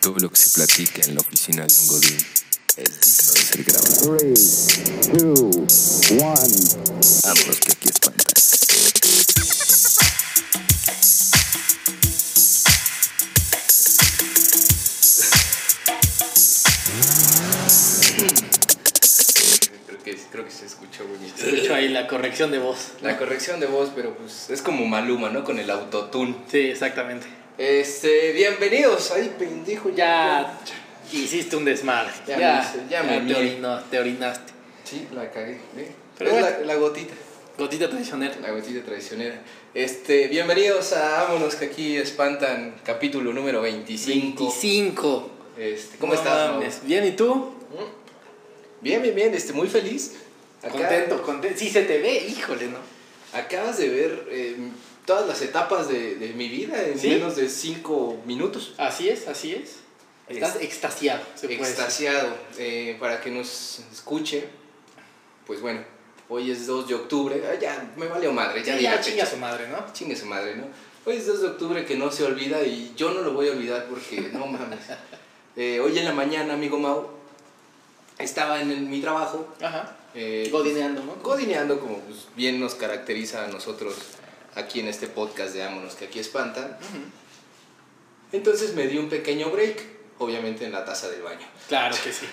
Todo lo que se platica en la oficina de un godín es digno de ser grabado. 3, 2, 1. Vámonos que aquí espanta. Creo que, creo que se escucha bonito. Escucho ahí la corrección de voz. La corrección de voz, pero pues es como Maluma, ¿no? Con el autotune. Sí, exactamente. Este, bienvenidos. Ay, pendejo, Ya hiciste un desmadre. Ya me hice, ya me te, mié. orino- te orinaste. Sí, la cagué. ¿eh? Pero es bueno. la, la gotita, Gotita tradicional. la gotita traicionera. Este, bienvenidos a Vámonos que aquí espantan, capítulo número 25. 25. Este, ¿Cómo No estás, Mau? mames. Bien, ¿y tú? Bien, bien, bien, este, muy feliz. Acá- Contento, contento. Sí, se te ve, híjole, ¿no? Acabas de ver eh, todas las etapas de, de mi vida en Sí. menos de 5 minutos. Así es, así es. Estás extasiado, se puede decir. extasiado eh, para que nos escuche. Pues bueno, hoy es 2 de octubre. Ah, ya, me valió madre. Ya, Ya, di ya la chinga fecha. su madre, ¿no? Chingue su madre, ¿no? Hoy es 2 de octubre que no se olvida y yo no lo voy a olvidar porque no mames. Eh, hoy en la mañana, amigo Mau, estaba en el- mi trabajo. Ajá. eh, Godineando, ¿no? Godineando, como pues, bien nos caracteriza a nosotros aquí en este podcast de Ámonos, que aquí espantan. Ujú. Entonces me di un pequeño break, obviamente en la taza del baño. Claro que sí.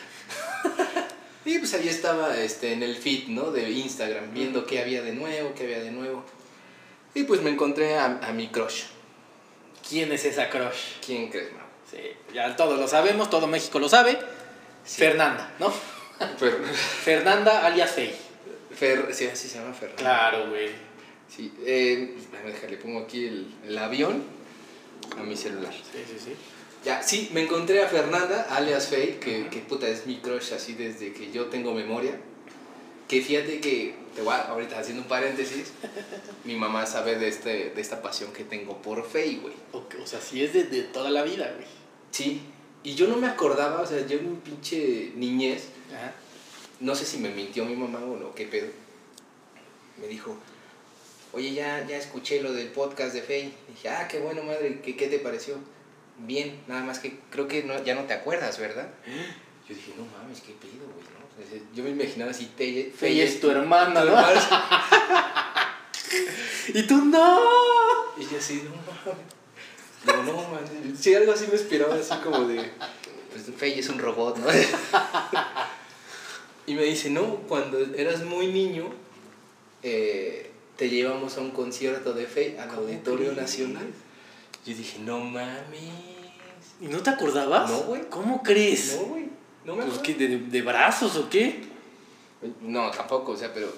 Y pues ahí estaba este, en el feed, ¿no? De Instagram, viendo qué había de nuevo, qué había de nuevo. Y pues me encontré a, a mi crush. ¿Quién es esa crush? ¿Quién crees, Mau? Sí, ya todos lo sabemos, todo México lo sabe. Fernanda, ¿no? Fer, Fernanda alias Fey. Fer- sí, así se llama Fernando. Claro, güey. Sí, eh, déjame dejarle, pongo aquí el, el avión a mi celular. Sí, sí, sí. Ya, sí, me encontré a Fernanda, alias Faye, que, que puta es mi crush así desde que yo tengo memoria. Que fíjate que, te voy a- ahorita haciendo un paréntesis, mi mamá sabe de, este, de esta pasión que tengo por Faye, güey. O, o sea, sí es de, de toda la vida, güey. Sí, y yo no me acordaba, o sea, yo en mi pinche niñez, Ajá. no sé si me mintió mi mamá o no, qué pedo. Me dijo, oye, ya, ya escuché lo del podcast de Faye. Dije, ah, qué bueno, madre, ¿qué, qué te pareció? Bien, nada más que creo que no- ya no te acuerdas, ¿verdad? Yo dije, no mames, qué pedo, güey, ¿no? O sea, yo me imaginaba así, Faye Fey es tu hermana, ¿no? hermana. Y tú no. Y yo así, no mames. Digo, no mames. Sí, algo así me inspiraba, así como de. Pues Faye es un robot, ¿no? y me dice, no, cuando eras muy niño, eh, te llevamos a un concierto de Faye al Auditorio crees? Nacional. Yo dije, no mames. ¿Y no te acordabas? No, güey. ¿Cómo crees? No, güey. No me Pues acuerdo. que de, de brazos o qué? No, tampoco, o sea, pero.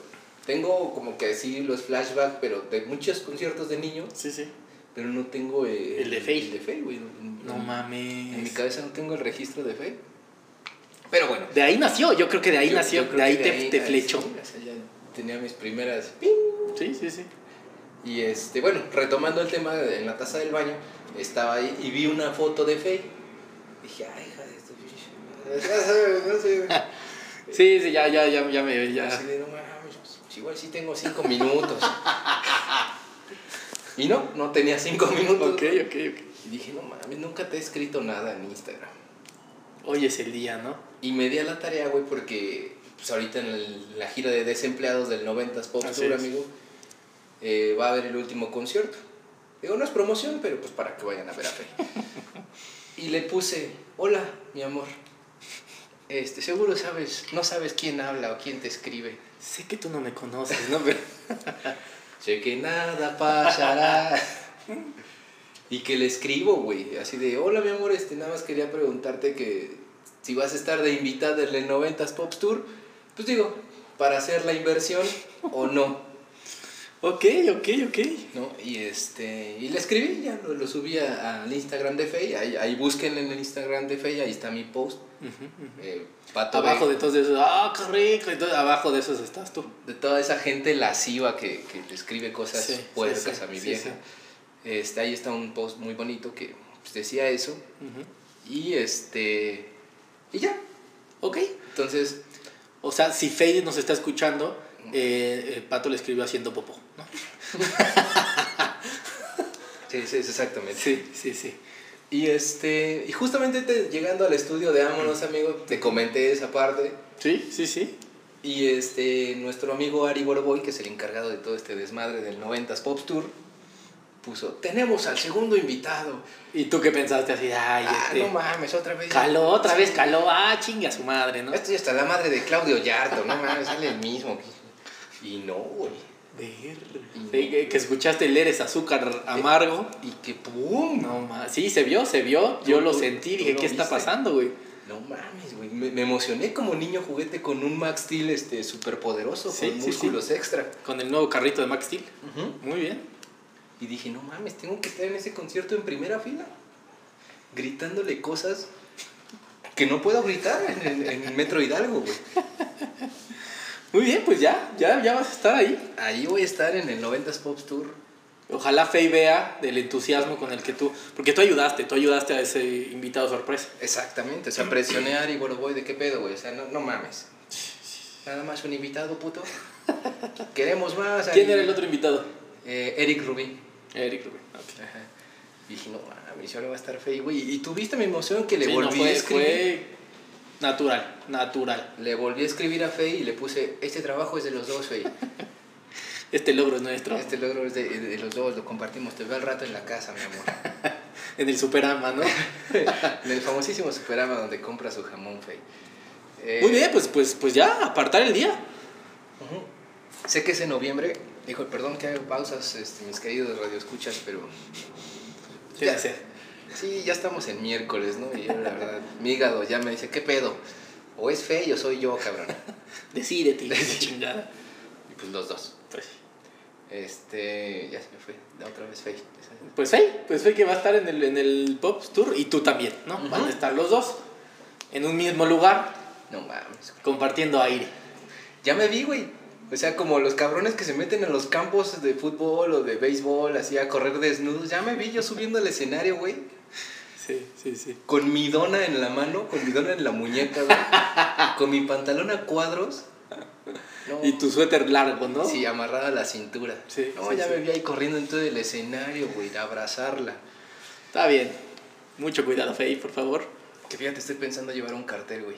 Tengo como que así los flashbacks, pero de muchos conciertos de niño, Sí, sí. pero no tengo eh, El de Faye. El de Faye, güey. No En mi mames. cabeza no tengo el registro de fe. Pero bueno. De ahí nació, yo creo que de ahí yo- nació, yo creo de ahí que te, te ahí- ah, flechó. sí, o sea, ya tenía mis primeras. ¡ping! Sí, sí, sí. Y este, bueno, retomando el tema de- en la taza del baño, estaba ahí y vi una foto de Faye. Dije, ay, hija de esto, Sí, sí, ya, ya, ya, ya me ya. Así de, no mames, pues, igual sí tengo cinco minutos. y no, no tenía cinco minutos. Ok, ok, ok. Y dije, no mames, nunca te he escrito nada en Instagram. Hoy es el día, ¿no? Y me di a la tarea, güey, porque pues, ahorita en el- la gira de desempleados del 90s Pop Así Tour, es. amigo, eh, va a haber el último concierto. Digo, no es promoción, pero pues para que vayan a ver a Fe. y le puse, hola, mi amor. Este, seguro sabes, no sabes quién habla o quién te escribe. Sé que tú no me conoces, ¿no? Pero- Sé que nada pasará. y que le escribo, güey. Así de, hola, mi amor, este, nada más quería preguntarte que si vas a estar de invitada en el 90s Pop Tour, pues digo, para hacer la inversión o no. Ok, ok, ok. ¿no? Y, este, y le escribí, ya lo, lo subí a- al Instagram de Fey. Ahí, ahí busquen en el Instagram de Fey, ahí está mi post. Ujú, ujú. Eh, Pato Abajo Vega. de todos esos, ah, qué rico. Entonces, abajo de esos estás tú. de toda esa gente lasciva que, que te escribe cosas Sí, sí, puercas sí, a mi sí, vieja. Este, ahí está un post muy bonito que pues, decía eso. Ujú. Y este. Y ya. Ok. Entonces, O sea, si Fade nos está escuchando, eh, eh, Pato le escribió haciendo popó, ¿no? Eh, sí, sí, sí, exactamente. Sí, sí, sí. Y este, y justamente te- llegando al estudio de Ámonos, amigo, te comenté esa parte. Sí, sí, sí. Y este, nuestro amigo Ari Borboy, que es el encargado de todo este desmadre del 90s Pop Tour, puso, tenemos al segundo invitado. ¿Y tú qué pensaste así? Ay, ah, este, no mames, otra vez. caló, otra Sí. vez caló. Ah, chingue a su madre, ¿no? Esto ya está la madre de Claudio Yarto, no mames, sale el mismo. Y no, güey. Mm. Sí, que, que escuchaste el Eres Azúcar Amargo. Y que pum. No más. Sí, se vio, se vio. Yo Tú- lo tú- sentí. tú Dije, lo ¿qué está viste. pasando, güey? No mames, güey. Me, me emocioné como niño juguete con un Max Steel este, superpoderoso, Sí, con sí, músculos extra. Con el nuevo carrito de Max Steel. Muy bien. Y dije, no mames, tengo que estar en ese concierto en primera fila, gritándole cosas que no puedo gritar en, en- en Metro Hidalgo, güey. Muy bien, pues ya, ya, ya vas a estar ahí. Ahí voy a estar en el 90s Pop Tour. Ojalá Fey vea del entusiasmo con el que tú. Porque tú ayudaste, tú ayudaste a ese invitado sorpresa. Exactamente, o sea, presioné a Ari Boroboy de qué pedo, güey. O sea, no, no mames. Nada más un invitado, puto. Queremos más. Ari. ¿Quién era el otro invitado? Eh, Eric Rubin. Eric Rubin. ok. Ajá. Y dije, no mames, ahora va a estar feo, güey. Y tuviste mi emoción que le Sí, no, volví a fue, escribir. fue natural, natural. Le volví a escribir a Fey y le puse, este trabajo es de los dos, Fey. Este logro es nuestro. Este logro es de, de los dos, lo compartimos. Te veo al rato en la casa, mi amor. En el Superama, ¿no? en el famosísimo Superama donde compra su jamón, Fey. Eh, Muy bien, pues, pues, pues ya, apartar el día. ujú. Sé que es en noviembre. Dijo, perdón que hago pausas, este, mis queridos radioescuchas, pero Sí, Ya. sí. sí, ya estamos en miércoles, ¿no? Y yo, la verdad, mi hígado ya me dice, ¿qué pedo? O es Fey o soy yo, cabrón. Decídete, hijo de chingada. Y pues los dos. Pues, Este, ya se me fue. La Otra vez Fey. pues Fey, pues Fey que va a estar en el, en el Pop Tour y tú también, ¿no? Van a estar los dos en un mismo lugar No mames. compartiendo aire. Ya me vi, güey. O sea, como los cabrones que se meten en los campos de fútbol o de béisbol, así a correr desnudos. Ya me vi yo subiendo al escenario, güey. Sí, sí, sí. Con mi dona en la mano, con mi dona en la muñeca, güey. Con mi pantalón a cuadros. No. Y tu suéter largo, ¿no? Sí, amarrada a la cintura. Sí, no, sí, ya sí. me vi ahí corriendo en todo el escenario, güey, a abrazarla. Está bien. Mucho cuidado, Fey, por favor. Que fíjate, estoy pensando llevar un cartel, güey.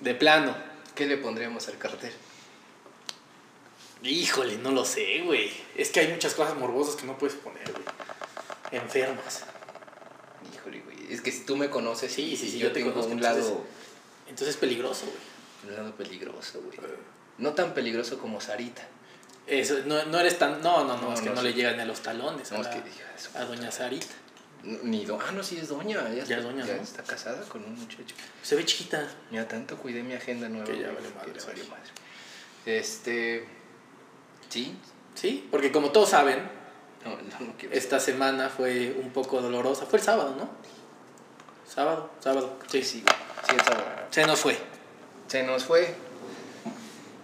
De plano. ¿Qué le pondríamos al cartel? Híjole, no lo sé, güey. Es que hay muchas cosas morbosas que no puedes poner, güey. Enfermas. Híjole, güey. Es que si tú me conoces, Sí, y- sí, y sí, yo yo, te tengo conozco, un entonces- lado Entonces es peligroso, güey. Un lado peligroso, güey. No tan peligroso como Sarita. Eso, no, no eres tan. No, no, no, No, es que no no, sé. le llegan ni a los talones. No, a, es la- que diga eso. a Doña Sarita. N- Ni do ah, no, sí es doña. Ya, está, es doña, ya ¿no? está casada con un muchacho. Se ve chiquita. Mira, tanto cuidé mi agenda nueva. Que ya güey, vale madre, ya sí. valió madre. Este. Sí. Sí, porque como todos saben, No, no, no quiero. esta semana fue un poco dolorosa. Fue el sábado, ¿no? Sábado, sábado. Sí, Sí, güey. sí, el sábado. Se nos fue. Se nos fue.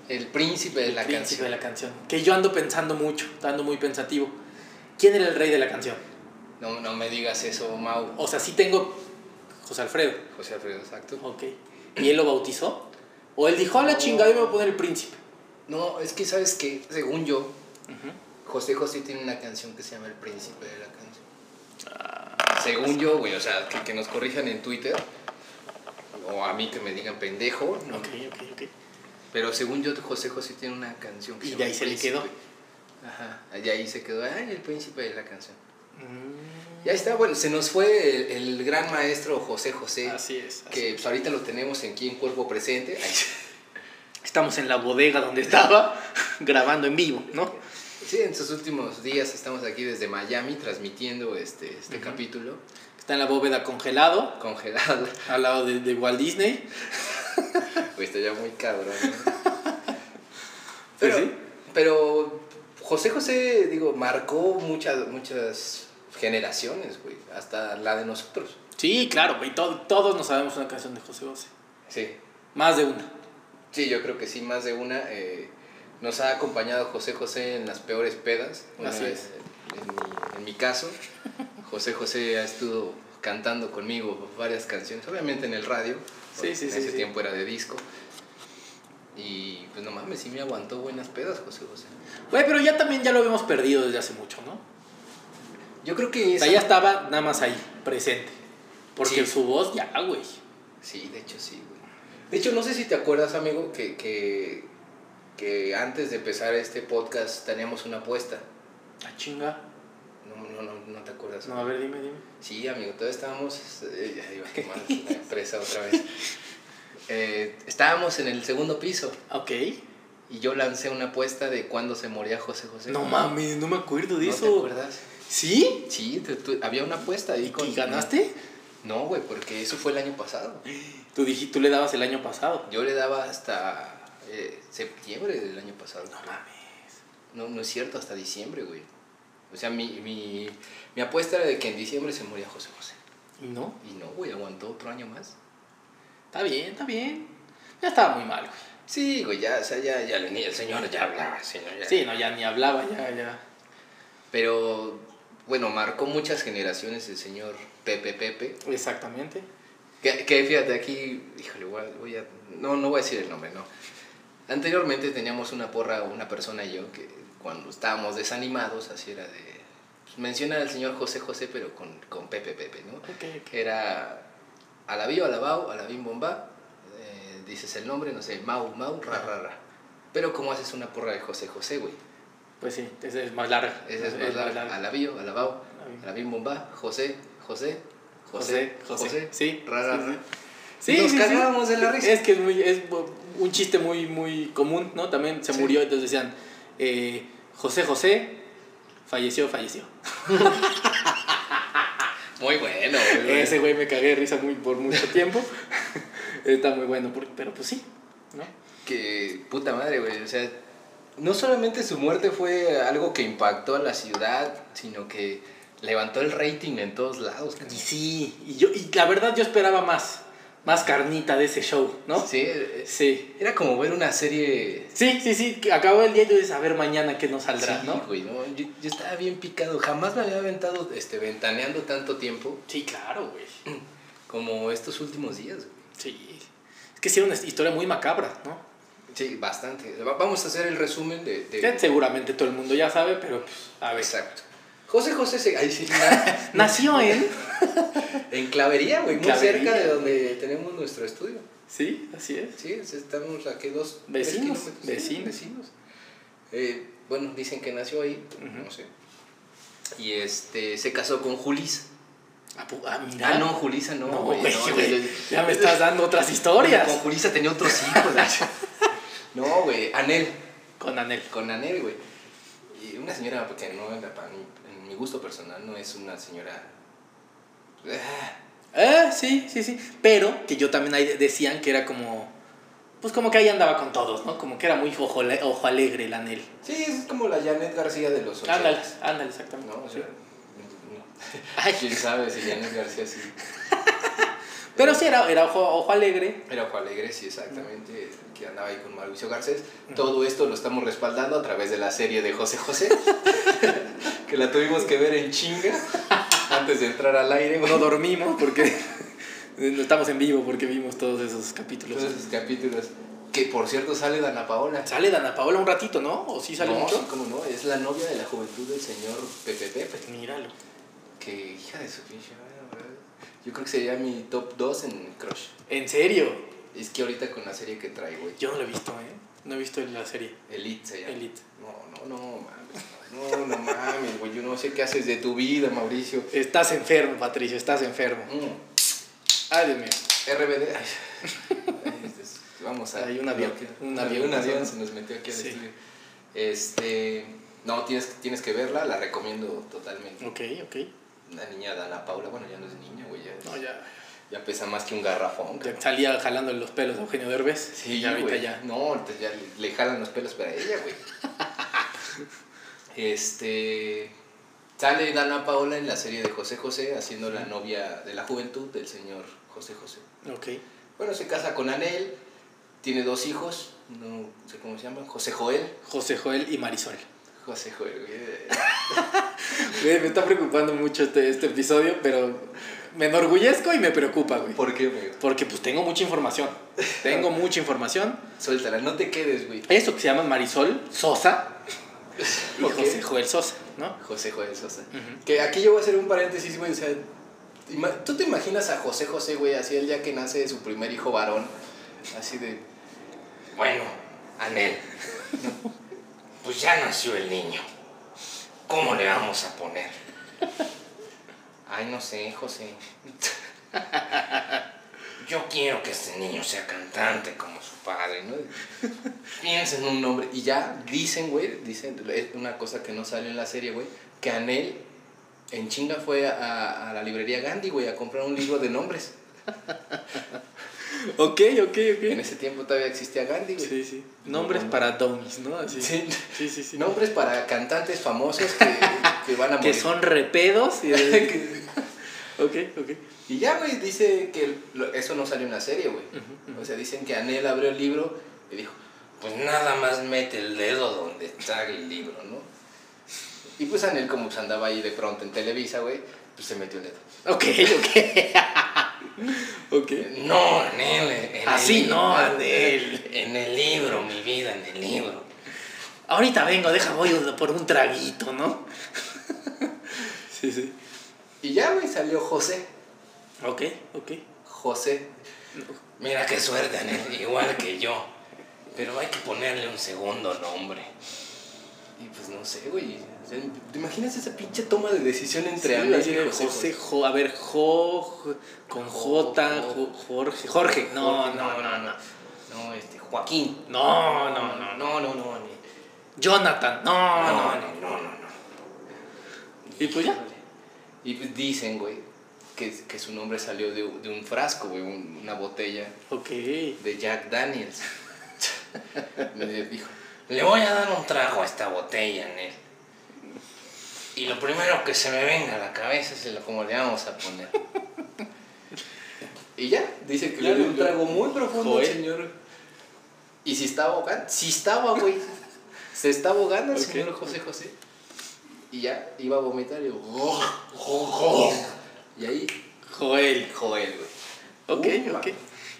El príncipe de la Príncipe de canción. la canción. Que yo ando pensando mucho, ando muy pensativo. ¿Quién era el rey de la canción? No, no me digas eso, Mau. O sea, sí tengo José Alfredo. José Alfredo, exacto. Ok. ¿Y él lo bautizó? ¿O él dijo, a la chingada, yo me voy a poner el príncipe? No, es que sabes que, según yo, José José tiene una canción que se llama El Príncipe de la Canción. Ah. según yo, güey, o sea, que, que nos corrijan en Twitter. O a mí que me digan pendejo. ¿no? Ok, ok, ok. Pero según yo, José José tiene una canción que Y se de llama ahí El se le Príncipe. quedó. Ajá, y ahí se quedó. Ay, el príncipe de la canción. Mm, Y ahí está, bueno, se nos fue el, el gran maestro José José. Así es. Ah, así Que pues, ahorita lo tenemos aquí en cuerpo presente. Ahí se- Estamos en la bodega donde estaba grabando en vivo, ¿no? Sí, en sus últimos días estamos aquí desde Miami transmitiendo este, este capítulo Está en la bóveda congelado, congelado. al lado de, de Walt Disney. Pues está ya muy cabrón. ¿no? Pero, sí. pero José José, digo, marcó muchas, muchas generaciones, güey. Hasta la de nosotros. Sí, claro, güey. to- todos nos sabemos una canción de José José. Sí. Más de una. Sí, yo creo que sí, más de una. eh, nos ha acompañado José José en las peores pedas. Una Así vez, En mi, en mi caso, José José ha estuvo cantando conmigo varias canciones, obviamente en el radio. Sí, sí, en sí, ese sí. tiempo era de disco. Y pues no mames, sí me aguantó buenas pedas, José José. Güey, pero ya también ya lo habíamos perdido desde hace mucho, ¿no? Yo creo que O esa, sea, ya estaba nada más ahí, presente. Porque Sí. su voz ya, güey. Sí, de hecho sí, güey. De hecho, no sé si te acuerdas, amigo, que, que, que antes de empezar este podcast teníamos una apuesta. Ah, La chinga. No, no, no, no te acuerdas. No, a ver, dime, dime. Sí, amigo, todos estábamos. eh, ya iba a quemar la empresa otra vez. Eh, estábamos en el segundo piso Ok. y yo lancé una apuesta de cuándo se moría José José. No mames, no me acuerdo de ¿No eso. te acuerdas? ¿Sí? Sí, tú- tú- había una apuesta ahí ¿Y, y ganaste? No, güey, porque eso fue el año pasado. Tú dijiste, tú le dabas el año pasado. Yo le daba hasta eh, septiembre del año pasado. No mames. No, no es cierto, hasta diciembre, güey. O sea, mi, mi, mi apuesta era de que en diciembre se moría José José. ¿Y no? Y no, güey, aguantó otro año más. Está bien, está bien. Ya estaba muy mal, güey. Sí, güey, ya, o sea, ya, ya el, el señor ya hablaba, sí, ¿no? Ya. Sí, no, ya ni hablaba, ya, ya. Pero, bueno, marcó muchas generaciones el señor Pepe Pepe. Exactamente. Que, que fíjate, aquí, híjole, voy a, voy a- No, no voy a decir el nombre, no. Anteriormente teníamos una porra, una persona y yo, que cuando estábamos desanimados, así era de... pues, mencionar al señor José José, pero con, con Pepe Pepe, ¿no? Ok, ok. que era Alabío, Alabao, Alabín Bomba, eh, dices el nombre, no sé, Mau, Mau, ra, ra, ra. Pero ¿cómo haces una porra de José José, güey? Pues sí, esa es más larga. Esa es más larga. Alabío, Alabao, Alabín. Alabín Bomba, José, José, José, José, José. José, Sí, ra, ra, sí, sí. ra. Sí, sí, Nos sí. cagábamos de la risa. Es que es, muy, es bo- un chiste muy, muy común, ¿no? También se Sí. murió, entonces decían, eh, José José, falleció, falleció. Muy bueno, muy bueno. Ese güey me cagué de risa muy, por mucho tiempo. Está muy bueno, por- pero pues sí, ¿no? que puta madre, güey, o sea, no solamente su muerte fue algo que impactó a la ciudad, sino que levantó el rating en todos lados. Y sí, y, yo, y la verdad yo esperaba más, más carnita de ese show, ¿no? Sí, eh, Sí. era como ver una serie Sí, sí, sí, que acabó el día y tú dices, a ver mañana qué nos saldrá, Sí, ¿no? güey, no, yo, yo estaba bien picado. Jamás me había aventado este, ventaneando tanto tiempo Sí, claro, güey. como estos últimos días, güey. Sí. Es que sí era una historia muy macabra, ¿no? Sí, bastante. Va- Vamos a hacer el resumen de. de- Que seguramente todo el mundo ya sabe, pero pues, a ver. Exacto. José José se. ay, sí, na- Nació en... en Clavería, güey, muy Clavería, cerca de donde tenemos nuestro estudio. Sí, así es. Sí, es- estamos a que dos. tres Vecinos, kilómetros. Sí, vecinos. vecinos. Eh, bueno, dicen que nació ahí, no sé. Y este, se casó con Julisa. Ah, pu- ah, mira. Ah, no, Julisa no, No, güey. güey, no, güey. yo- yo- Ya me estás dando otras historias. Con Julisa tenía otros hijos. güey. no, güey, Anel. Con Anel. Con Anel, güey. Y una señora pues, que no, era para mí, en mi gusto personal, no es una señora. Ah, Eh, sí, sí, sí. Pero que yo también ahí de- decían que era como. Pues como que ahí andaba con todos, ¿no? Como que era muy ojo, ale- ojo alegre el Anel. Sí, es como la Janet García de los Ándale, ochentas, ándale, exactamente. ¿No? O Sí. sea, no. Ay. Quién sabe si Janet García sí. Pero sí, era, era ojo, ojo alegre. Era Ojo Alegre, sí, exactamente, que andaba ahí con Mauricio Garcés. Todo esto lo estamos respaldando a través de la serie de José José, que la tuvimos que ver en chinga antes de entrar al aire. güey. No dormimos porque. no estamos en vivo porque vimos todos esos capítulos. Todos esos capítulos. Que por cierto sale Dana Paola. sale Dana Paola un ratito, ¿no? ¿O sí sale no, mucho? sí, cómo no, es la novia de la juventud del señor Pepe Pepe. Míralo. Que hija de su pinche madre, ¿verdad? Yo creo que sería mi top 2 en Crush. En serio. Es que ahorita con la serie que trae, güey. Yo no lo he visto, ¿eh? No he visto la serie. Elite se llama. Elite. No, no, no, mames. No, no mames, güey. Yo no sé qué haces de tu vida, Mauricio. Estás enfermo, Patricio, estás enfermo. Mm, Ay, Dios mío. RBD. Ay, ay, es- Vamos a. Hay un avión, un Un avión avión, un avión pasando. se nos metió aquí al Sí. estudio. Este. No, tienes, tienes que verla, la recomiendo totalmente. Ok, ok. La niña Dana Paula, bueno, ya no es niña, güey. Ya, es- No, ya, ya pesa más que un garrafón. ya salía jalando los pelos a Eugenio Derbez. Sí, ya ahorita güey. ya. No, ahorita ya le, le jalan los pelos para ella, güey. este. Sale Dana Paola en la serie de José José haciendo la novia de la juventud del señor José José. Ok. Bueno, se casa con Anel, tiene dos hijos, no sé cómo se llaman, José Joel. José Joel y Marisol. José Joel, güey. Güey, me está preocupando mucho este, este episodio, pero me enorgullezco y me preocupa, güey. ¿Por qué, amigo? Porque pues tengo mucha información. Tengo mucha información. Suéltala, no te quedes, güey. Eso que se llama Marisol Sosa y Ok. José Joel Sosa, ¿no? José Joel Sosa. Que aquí yo voy a hacer un paréntesis, güey. O sea, Ima- ¿Tú te imaginas a José José, güey, así el día que nace de su primer hijo varón? Así de. Bueno, Anel, pues ya nació el niño. ¿Cómo le vamos a poner? ay, no sé, José. Yo quiero que este niño sea cantante como su padre, ¿no? Piensa en un nombre. Y ya dicen, güey, dicen, es una cosa que no salió en la serie, güey, que Anel en chinga fue a, a la librería Gandhi, güey, a comprar un libro de nombres. Ok, ok, En ok. ese tiempo todavía existía Gandhi, güey. Sí, sí. Nombres para dummies, ¿no? Así. Sí. sí, sí. sí. Nombres para cantantes famosos que, que van a morir. que son repedos. Y Que- ok, ok. Y ya, güey, dice que lo- eso no salió en la serie, güey. O sea, dicen que Anel abrió el libro y dijo, Pues nada más mete el dedo donde está el libro, ¿no? y pues Anel como pues andaba ahí de pronto en Televisa, güey, pues se metió el dedo. Ok, ok. ok. No, Anel. En Ah, el Así libro. no, Anel. En el libro, mi vida, en el libro. Ahorita vengo, deja, voy por un traguito, ¿no? sí, sí. Y ya, güey, salió José. Ok, ok. José. Mira qué suerte, Anel, igual que yo. Pero hay que ponerle un segundo nombre. Y pues no sé, güey. o sea, ¿Te imaginas esa pinche toma de decisión entre Sí, Anel así y de José? José, güey? Jo- a ver, Jo, Jo- con J, Jo- Jorge, Jorge, no, Jorge, no, no, no, No, este, Joaquín. no, no, no, No, no, no, Anel. Jonathan, no, no, no, no, no, no. y pues ya, Híjole. Y pues dicen, güey, que, que su nombre salió de, de un frasco, güey, un- una botella ok, de Jack Daniels. Me dijo, Le voy a dar un trago a esta botella, Anel. Y lo primero que se me venga a la cabeza es el cómo le vamos a poner. Y ya, dice que Ya le dio le un dio. trago muy profundo al Joder. señor. Y si estaba ahogando, si estaba, güey. Se está ahogando el Ok. señor José José. Y ya iba a vomitar y yo, "Oh, oh, oh". Y ahí, Joel, Joel, güey. ok, Upa. ok,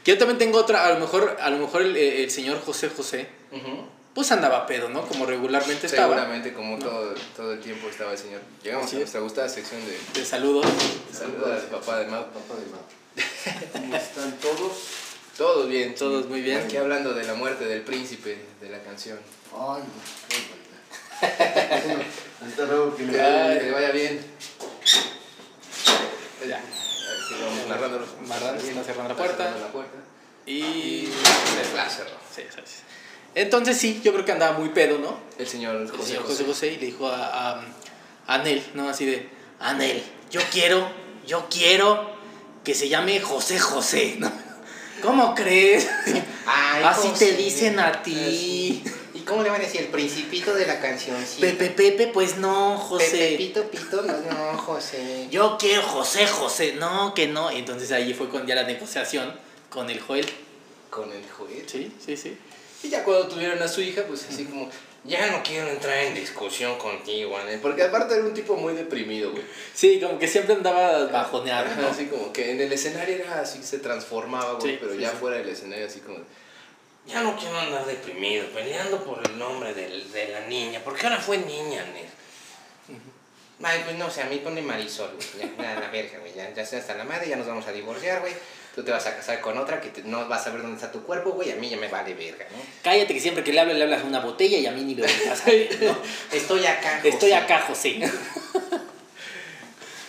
que yo también tengo otra, a lo mejor, a lo mejor el, eh, el señor José José, Ujú. pues andaba pedo, ¿no? Como regularmente estaba, Seguramente, como todo, todo el tiempo estaba el señor. Llegamos Así a es. nuestra gustada sección de te saludo, saludos al papá de Mau. Papá de Mao. ¿Cómo están todos? Todos bien. Todos muy bien. Aquí hablando de la muerte del príncipe de la canción. Ay, no, qué barbaridad. Bueno, Hasta luego que le Ay, vaya que bien. le vaya bien. Ya. Aquí vamos narrando los- Narrando, está cerrando la Está puerta. cerrando la puerta. y, La cerró. sí, sí, sí. entonces sí, yo creo que andaba muy pedo, ¿no? El señor José José José José. José y le dijo a, a- a Anel, ¿no? Así de, Anel, yo quiero, yo quiero que se llame José José, ¿no? ¿Cómo crees? Ay, Así te José. dicen a ti. ¿Y cómo le van a decir? El principito de la canción, sí. Pepe Pepe, pues no, Pepe José. Pito Pito, no, no, José. Yo quiero José José, no, que no. Y entonces ahí fue con ya la negociación con el Joel. Con el juguete. Sí, sí, sí. Y ya cuando tuvieron a su hija, pues así como. Ya no quiero entrar en discusión contigo, Anel. Porque aparte era un tipo muy deprimido, güey. Sí, como que siempre andaba bajoneado, Ajá, ¿no? Así como que en el escenario era así, se transformaba, güey. Sí, pero sí, ya sí. fuera del escenario, así como. Ya no quiero andar deprimido, peleando por el nombre del- de la niña. Porque ahora fue niña, Anel. Ay, pues no, o sea, a mí pone Marisol, güey. Ya, ya, la verga, güey. Ya, ya estoy hasta la madre, ya nos vamos a divorciar, güey. Tú te vas a casar con otra que te- no vas a ver dónde está tu cuerpo, güey. A mí ya me vale verga, ¿no? Cállate que siempre que le hablo le hablas a una botella y a mí ni me volteas a ver, ¿no? Estoy acá, Estoy José. acá, José.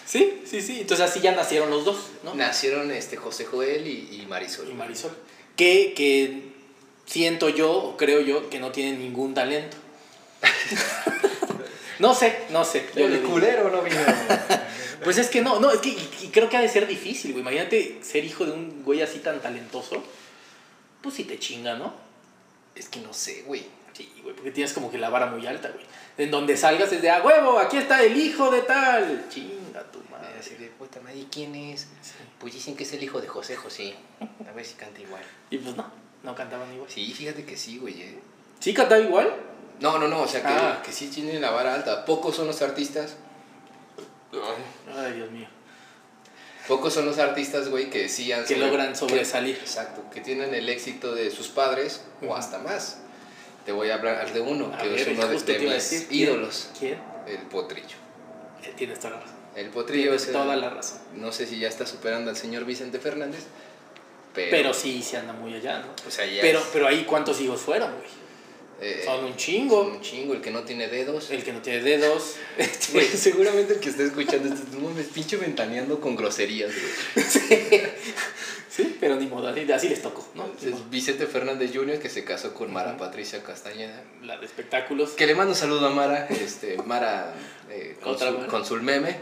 sí, sí, sí. Entonces así ya nacieron los dos, ¿no? Nacieron este José Joel y, y Marisol. Y Marisol. Que, que siento yo, o creo yo, que no tienen ningún talento. no sé, no sé. yo lo digo. culero no vino. Pues es que no, no, es que y- y creo que ha de ser difícil, güey. Imagínate ser hijo de un güey así tan talentoso. Pues sí te chinga, ¿no? es que no sé, güey. Sí, güey, porque tienes como que la vara muy alta, güey. En donde salgas es de, ah, huevo, aquí está el hijo de tal. Chinga tu madre. Así de puta madre, ¿y quién es? Pues dicen que es el hijo de José José. A ver si canta igual. Y pues no, no cantaban igual. Sí, fíjate que sí, güey, ¿eh? ¿Sí cantaba igual? No, no, no, o sea que, Ah. que sí tienen la vara alta. Pocos son los artistas. Ay, Dios mío. Pocos son los artistas, güey, que sí han Que sobre- logran sobresalir. Exacto, que tienen el éxito de sus padres o Ujú. hasta más. Te voy a hablar de uno, A que ver, es uno de, justo de te iba a mis decir. ídolos, ¿Quién? el potrillo. Eh, Tienes toda la razón. El potrillo Tienes es el- toda la razón. No sé si ya está superando al señor Vicente Fernández, pero. Pero sí se anda muy allá, ¿no? o sea, ya Pero, es, pero ahí, ¿cuántos hijos fueron, güey? eh, Son un chingo. un chingo, el que no tiene dedos. El que no tiene dedos. Este, Güey, seguramente el que está escuchando esto, no mames, pinche ventaneando con groserías, güey. Sí, pero ni modo, así, así les tocó, ¿no? Ni modo. Es Vicente Fernández Jr. que se casó con Mara Patricia Castañeda. La de espectáculos. Que le mando un saludo a Mara, este, Mara, eh, con, Otra su, Mara. con su meme,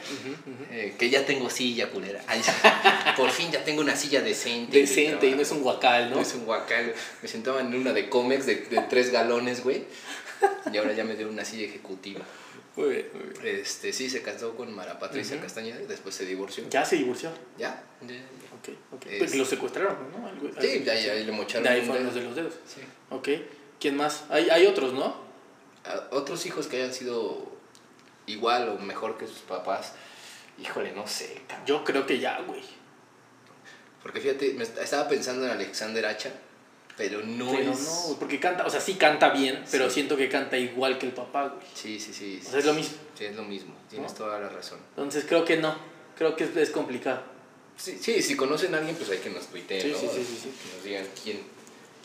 eh, que ya tengo silla, culera. Ay, por fin ya tengo una silla decente. en mi Decente, y no trabajo. es un guacal, ¿no? No es un guacal. Me sentaba en una de cómics de, de tres galones, güey. Y ahora ya me dio una silla ejecutiva. Muy bien, muy bien. Este, sí, se casó con Mara Patricia Castañeda, después se divorció. Ya se divorció. ¿Ya? Ok, ok. Es- Pues lo secuestraron, ¿no? Algo- Sí, algo ya, así. ya le mocharon. De ahí un fueron dedo. los de los dedos. Sí. Ok. ¿Quién más? Hay, hay otros, ¿no? A- Ah, Otros hijos que hayan sido igual o mejor que sus papás, híjole, no sé, cabrón. Yo creo que ya, güey. Porque fíjate, me est- estaba pensando en Alexander Hacha, pero no Pero es. no, porque canta, o sea, Pues, sí canta bien, pero Sí. siento que canta igual que el papá, güey. Sí, sí, sí. O sea, es lo mismo. Sí, es lo mismo. Tienes toda la razón. Entonces creo que no. Creo que es, es complicado. Sí, sí, si conocen a alguien, pues hay que nos tuiteen, Sí, ¿no? sí, sí, sí, sí. Que nos digan quién,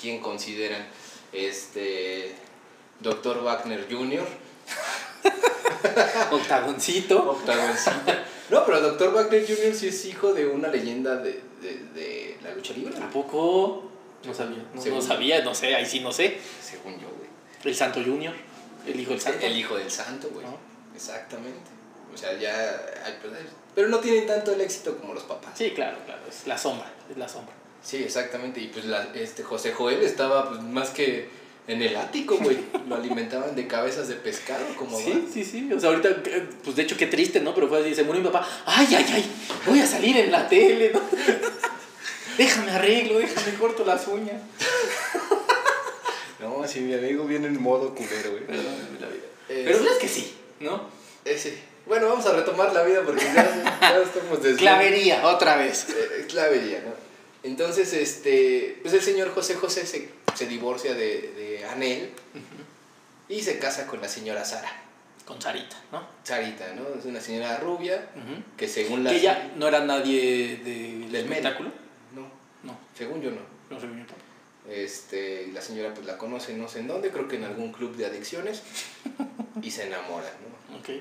quién consideran este. Doctor Wagner Jr. Octagoncito. Octagoncita. No, pero Doctor Wagner Jr. sí es hijo de una leyenda de, de, de la lucha libre. ¿A poco? No sabía. No, Según- no sabía, no sé, ahí sí no sé. Según yo, güey. El Santo Junior. El hijo del Santo. Ah. El hijo del santo, güey. ¿No? Exactamente. O sea, ya. ay, pues, ay, Pero no tienen tanto el éxito como los papás. Sí, claro, claro. Es la sombra. Es la sombra. Sí, exactamente. Y pues la- este José Joel estaba pues, más que en el ático, güey. Lo alimentaban de cabezas de pescado, como Sí, sí, sí. O sea, ahorita, eh, pues de hecho, qué triste, ¿no? Pero fue así, se murió mi papá. ¡Ay, ay, ay! Voy a salir en la tele, ¿no? déjame arreglo, déjame corto las uñas. va. No, sí, mi amigo viene en modo culero, güey. Pero es que sí, ¿no? Ese. Bueno, vamos a retomar la vida porque ya, ya estamos desde. Clavería, otra vez. Eh, clavería, ¿no? Entonces, este, pues el señor José José se, se divorcia de, de Anel y se casa con la señora Sara. Con Sarita, ¿no? Sarita, ¿no? Es una señora rubia que según la... Que ella no era nadie de- del Del medio. espectáculo. No, No, según yo no. no se unió tampoco. Este, la señora pues la conoce no sé en dónde, creo que en algún club de adicciones y se enamora, ¿no? Ok.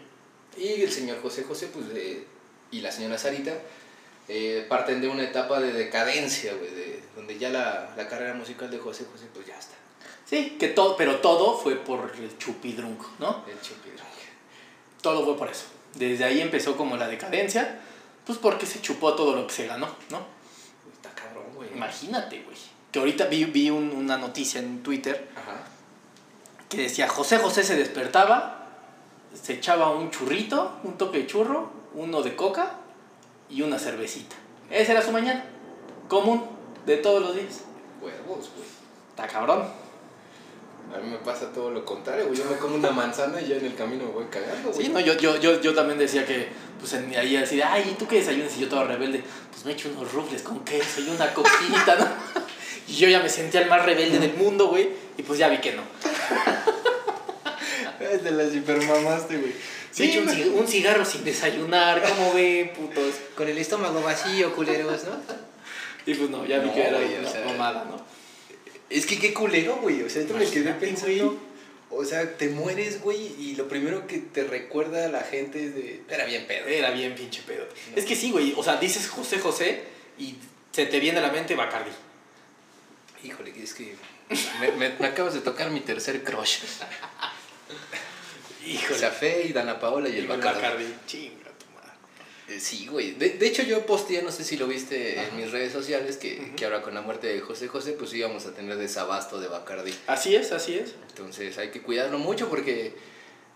Y el señor José José pues, eh, y la señora Sarita eh, parten de una etapa de decadencia, güey, de- donde ya la, la carrera musical de José José pues ya está. Sí, que todo, pero todo fue por el chupidrunk, ¿no? El chupidrunk. Todo fue por eso. Desde ahí empezó como la decadencia, pues porque se chupó todo lo que se ganó, ¿no? Está cabrón, güey. Imagínate, güey. Que ahorita vi, vi un- una noticia en Twitter Ajá. que decía José José se despertaba, se echaba un churrito, un toque de churro, uno de coca y una cervecita. Esa era su mañana. Común de todos los días. Huevos, güey. Está cabrón. A mí me pasa todo lo contrario, güey. Yo me como una manzana y ya en el camino me voy cagando, güey. Sí, no, yo, yo, yo, yo también decía que, pues en, ahí así de, ay, ¿y tú qué desayunas? Y yo todo rebelde, pues me echo unos rufles con queso y una coquita, ¿no? Y yo ya me sentía el más rebelde del mundo, güey, y pues ya vi que no. Te las hipermamaste, güey. Me echo un, ci- un cigarro sin desayunar, ¿cómo ve, putos? Con el estómago vacío, culeros, ¿no? Y pues no, ya vi No, que era güey, o una sea, mamada, ¿no? Es que qué culero, güey. O sea, esto me quedé Imagínate, pensando. O sea, te mueres, güey, y lo primero que te recuerda a la gente es de. Era bien pedo. Era bien pinche pedo. Es que sí, güey, o sea, dices José José y se te viene a la mente Bacardi. Híjole, es que. Me, me- me acabas de tocar mi tercer crush. Híjole. Café y Dana Paola y el Bacardi. Chinga tu madre. Eh, Sí, güey. De, de hecho, yo posteé, no sé si lo viste en mis redes sociales, que, que ahora con la muerte de José José, pues íbamos a tener desabasto de Bacardi. Así es, así es. Entonces hay que cuidarlo mucho porque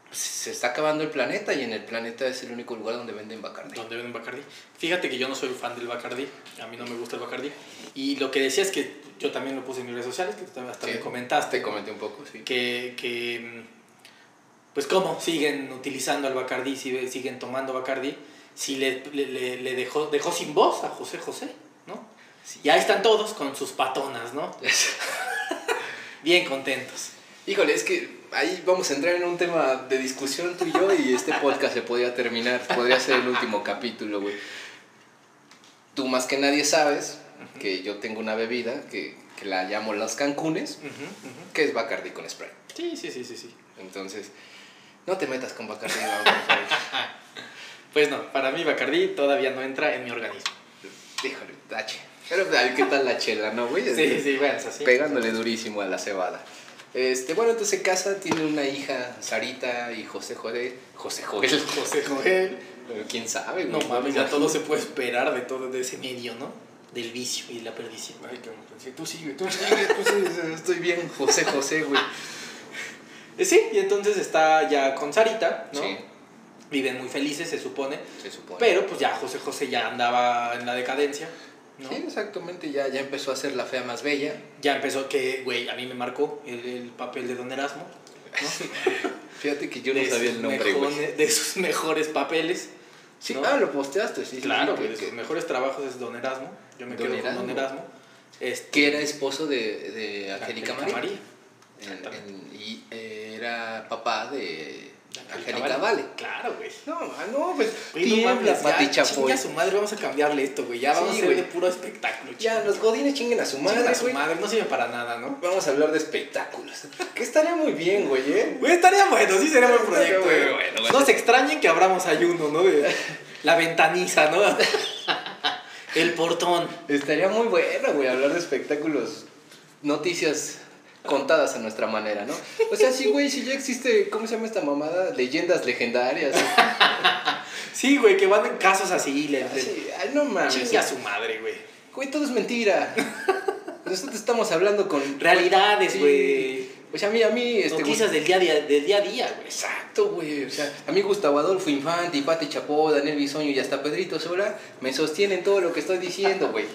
pues, se está acabando el planeta y en el planeta es el único lugar donde venden Bacardi. donde venden Bacardi. Fíjate que yo no soy fan del Bacardi, a mí no me gusta el Bacardi. Y lo que decía es que yo también lo puse en mis redes sociales, que tú también hasta Sí, me comentaste, Te comenté un poco, sí. que, que, mm, pues cómo siguen utilizando al Bacardi, si ve- siguen tomando Bacardi, si le, le- le- le dejó, dejó sin voz a José José, ¿no? Y ahí están todos con sus patonas, ¿no? Bien contentos. Híjole, es que ahí vamos a entrar en un tema de discusión tú y yo y este podcast se podría terminar, podría ser el último capítulo, güey. Tú más que nadie sabes que yo tengo una bebida que, que la llamo las Cancunes, que es Bacardi con Sprite. Sí, sí, sí, sí, sí. Entonces, no te metas con Bacardi, Iván, por favor. Pues no, para mí Bacardi todavía no entra en mi organismo. Híjole, tache. Pero ay, qué tal la chela, ¿no, güey? Sí, sí, bueno, es así. Pegándole durísimo a la cebada. Este, bueno, entonces se casa, tiene una hija, Sarita y José Joel. José Joel. José Joel. Pero quién sabe, No güey. mames, me ya todo imagino. se puede esperar de todo de ese medio, ¿no? Del vicio y de la perdición. Ay, cabrón, sí, tú sigue, tú sigue, tú sigue. Estoy bien, José José, güey. Eh, Sí, y entonces está ya con Sarita, ¿no? Sí, Viven muy felices, se supone. se supone. Pero pues ya José José ya andaba en la decadencia, ¿no? Sí, exactamente, ya, ya empezó a ser la fea más bella. Ya empezó que, güey, a mí me marcó el, el papel de Don Erasmo. Fíjate que yo no de sabía sus el nombre, mejores- güey. De sus mejores papeles. Sí, ¿no? ah, lo posteaste, sí. sí, Claro, sí, güey, que- de sus que- mejores trabajos es Don Erasmo. Yo me Don quedo Erasmo. con Don Erasmo. Este, que era esposo de, de Angélica María. En- Exactamente. en- y era papá de Angélica Angélica Vale. Claro, güey. No, ma, no, pues Güey, no tiembla, mames, ya, Pati Chapoy. chinga su madre, vamos a cambiarle esto, güey. Ya Sí, vamos a ser güey. de puro espectáculo. Ya, chinga. los godines chinguen a su Chinga madre, a su güey. madre, no sirve para nada, ¿no? Vamos a hablar de espectáculos. que estaría muy bien, güey, ¿eh? Güey, estaría bueno, sí sería buen Estaría proyecto, bueno, güey. bueno, bueno. No se extrañen que abramos ayuno, ¿no? De- La ventaniza, ¿no? El portón. Estaría muy bueno, güey, hablar de espectáculos, noticias contadas a nuestra manera, ¿no? O sea, sí, güey, si ya existe, ¿cómo se llama esta mamada? Leyendas legendarias. Ah, Sí, güey, que van en casos así. Le, le- Así, ay, no mames. Chinga a su madre, güey. Güey, todo es mentira. Nosotros estamos hablando con Realidades, Sí. güey. O sea, a mí, a mí, este, Noticias del día, a día- del día a día, güey. Exacto, güey. O sea, a mí Gustavo Adolfo Infante, y Pati Chapó, Daniel Bisoño y hasta Pedrito Sola me sostienen todo lo que estoy diciendo, güey.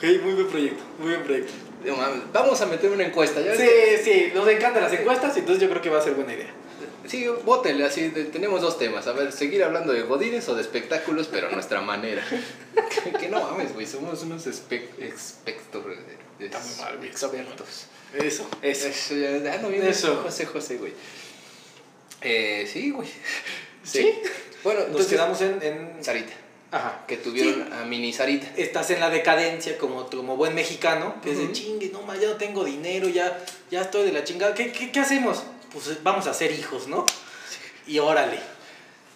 Güey, muy buen proyecto, muy buen proyecto. No mames, Vamos a meter una encuesta, ¿ya? ves? Sí, sí, nos encantan las encuestas, entonces yo creo que va a ser buena idea. Sí, vótenle, así de- tenemos dos temas. A ver, seguir hablando de godines o de espectáculos, pero a nuestra manera. que, que no mames, güey, somos unos espec eh, expector- Está muy mal, güey, expertos. Eso, eso. Eso, ya, ah, no viene Eso. José José, güey. Eh, sí, güey. Sí. Bueno, Nos entonces, quedamos en, en- Sarita, Ajá. que tuvieron a Mini Sarita. Estás en la decadencia como, como buen mexicano, que es de Ujú. chingue, no más, ya no tengo dinero, ya, ya estoy de la chingada. ¿Qué, qué, qué hacemos? Pues eh, vamos a ser hijos, ¿no? Y órale.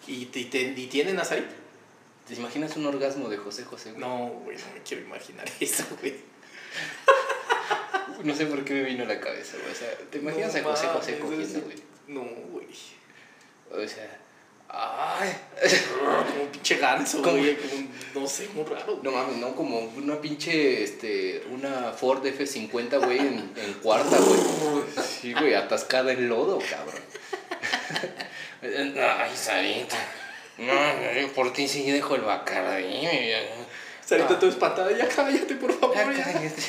¿Y, te- y te- y tienen a Sarita? ¿Te imaginas un orgasmo de José José? güey? No, güey, no me quiero imaginar eso, güey. No sé por qué me vino a la cabeza, güey. O sea, ¿te imaginas No a José José mames, cogiendo, es- güey? No, güey. O sea, ay. Como un pinche ganso, Como- güey. como un- no sé, muy raro. güey. No mames, no, como una pinche, este, una Ford F50, güey, en, en cuarta, güey. Sí, güey, atascada en lodo, cabrón. Ay, Sarita. No, yo por ti sí dejo el bacardí, mi viejo. Sarita, todo espantada. Ya cállate, por favor. Ah. Ya ya. cállate.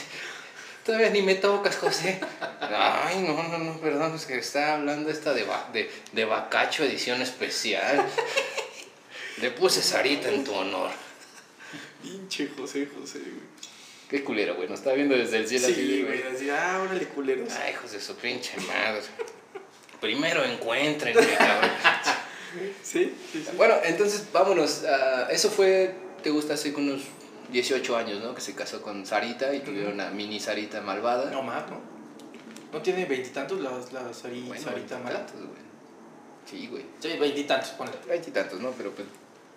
Todavía ni me tocas, José. Ay, no, no, no, perdón, es que estaba hablando esta de, ba- de, de Bacacho edición especial. Le puse Sarita en tu honor. Pinche José, José, güey. Qué culero, güey, nos está viendo desde el cielo. así, Sí, güey. Así, ah, órale, culeros. Ay, hijos de su pinche madre. Primero encuéntrenme, cabrón. Sí, sí, sí. Bueno, entonces vámonos. a- eso fue, te gusta, hace unos 18 años, ¿no? Que se casó con Sarita y tuvieron a mini Sarita malvada. No más, ¿no? ¿No tiene veintitantos la, la Sari- Bueno, Sarita Mala? veintitantos, güey. Sí, güey. Sí, veintitantos, ponle. Veintitantos, ¿no? Pero pues,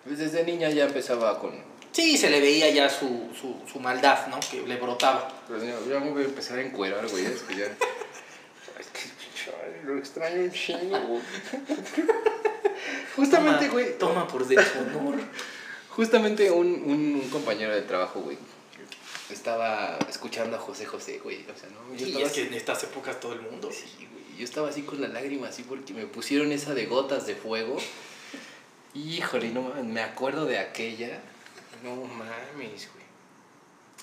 pues, desde niña ya empezaba con. Sí, se le veía ya su, su, su maldad, ¿no? Que le brotaba. Pero yo, yo me voy a empezar a encuerar, güey. Es que ya. Ay, qué pinche, ay, lo extraño un chingo, güey. Justamente, Toma- güey. Toma por deshonor. Justamente un, un, un compañero de trabajo, güey. Estaba escuchando a José José, güey. O sea, no, yo Sí, estaba es que en estas épocas todo el mundo. Sí, güey, Yo estaba así con la lágrima, así porque me pusieron esa de gotas de fuego. Híjole, no mames, me acuerdo de aquella. No mames, güey.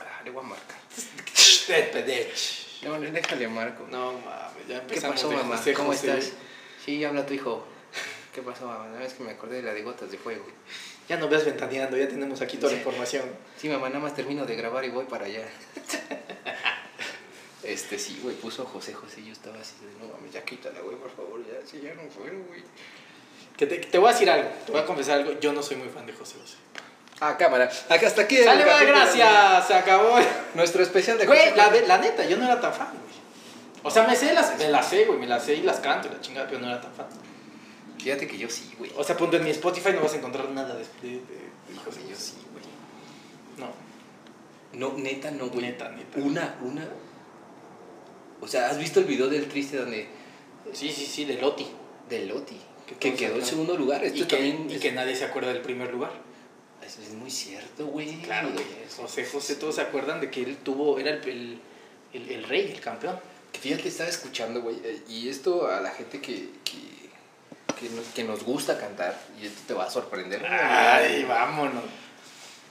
Ah, le voy a marcar. No, no, déjale marco. No mames, ya ¿Qué empezamos pasó, de mamá? José, ¿Cómo José. estás? Sí, habla tu hijo. ¿Qué pasó, mamá? Nada más que me acordé de la de gotas de fuego. Ya no veas ventaneando, ya tenemos aquí toda la información. Sí, mamá, nada más termino de grabar y voy para allá. Este sí, güey, puso José José y yo estaba así de, no mames, ya quítala, güey, por favor, ya, si ya no fueron, güey. Que te, te voy a decir algo, te voy a confesar algo. Yo no soy muy fan de José José. Ah, cámara. Acá hasta aquí. el Sale, va, capítulo, gracias, se acabó. güey. Nuestro especial de Güey, José la, José. de- la neta, yo no era tan fan, güey. O sea, me sé las, me las sé, güey, me las sé y las canto y la chingada, pero no era tan fan. Fíjate que yo sí, güey. O sea, punto en mi Spotify no vas a encontrar nada de, de, de- de Híjole, José yo José. sí, güey. No, No, neta, no, güey. neta, neta. Una, una. O sea, ¿has visto el video del triste donde. Sí, sí, sí, de Loti. de Loti? Que Que, todos quedó en acá. segundo lugar. Esto Y que, también. y es, que nadie se acuerda del primer lugar. es- es muy cierto, güey. Claro, güey. José José, todos se acuerdan de que él tuvo, era el, el, el- el rey, el campeón. Que Fíjate, estaba escuchando, güey. eh, Y esto a la gente que. que, que, nos, que nos gusta cantar. Y esto te va a sorprender. Ay, vámonos.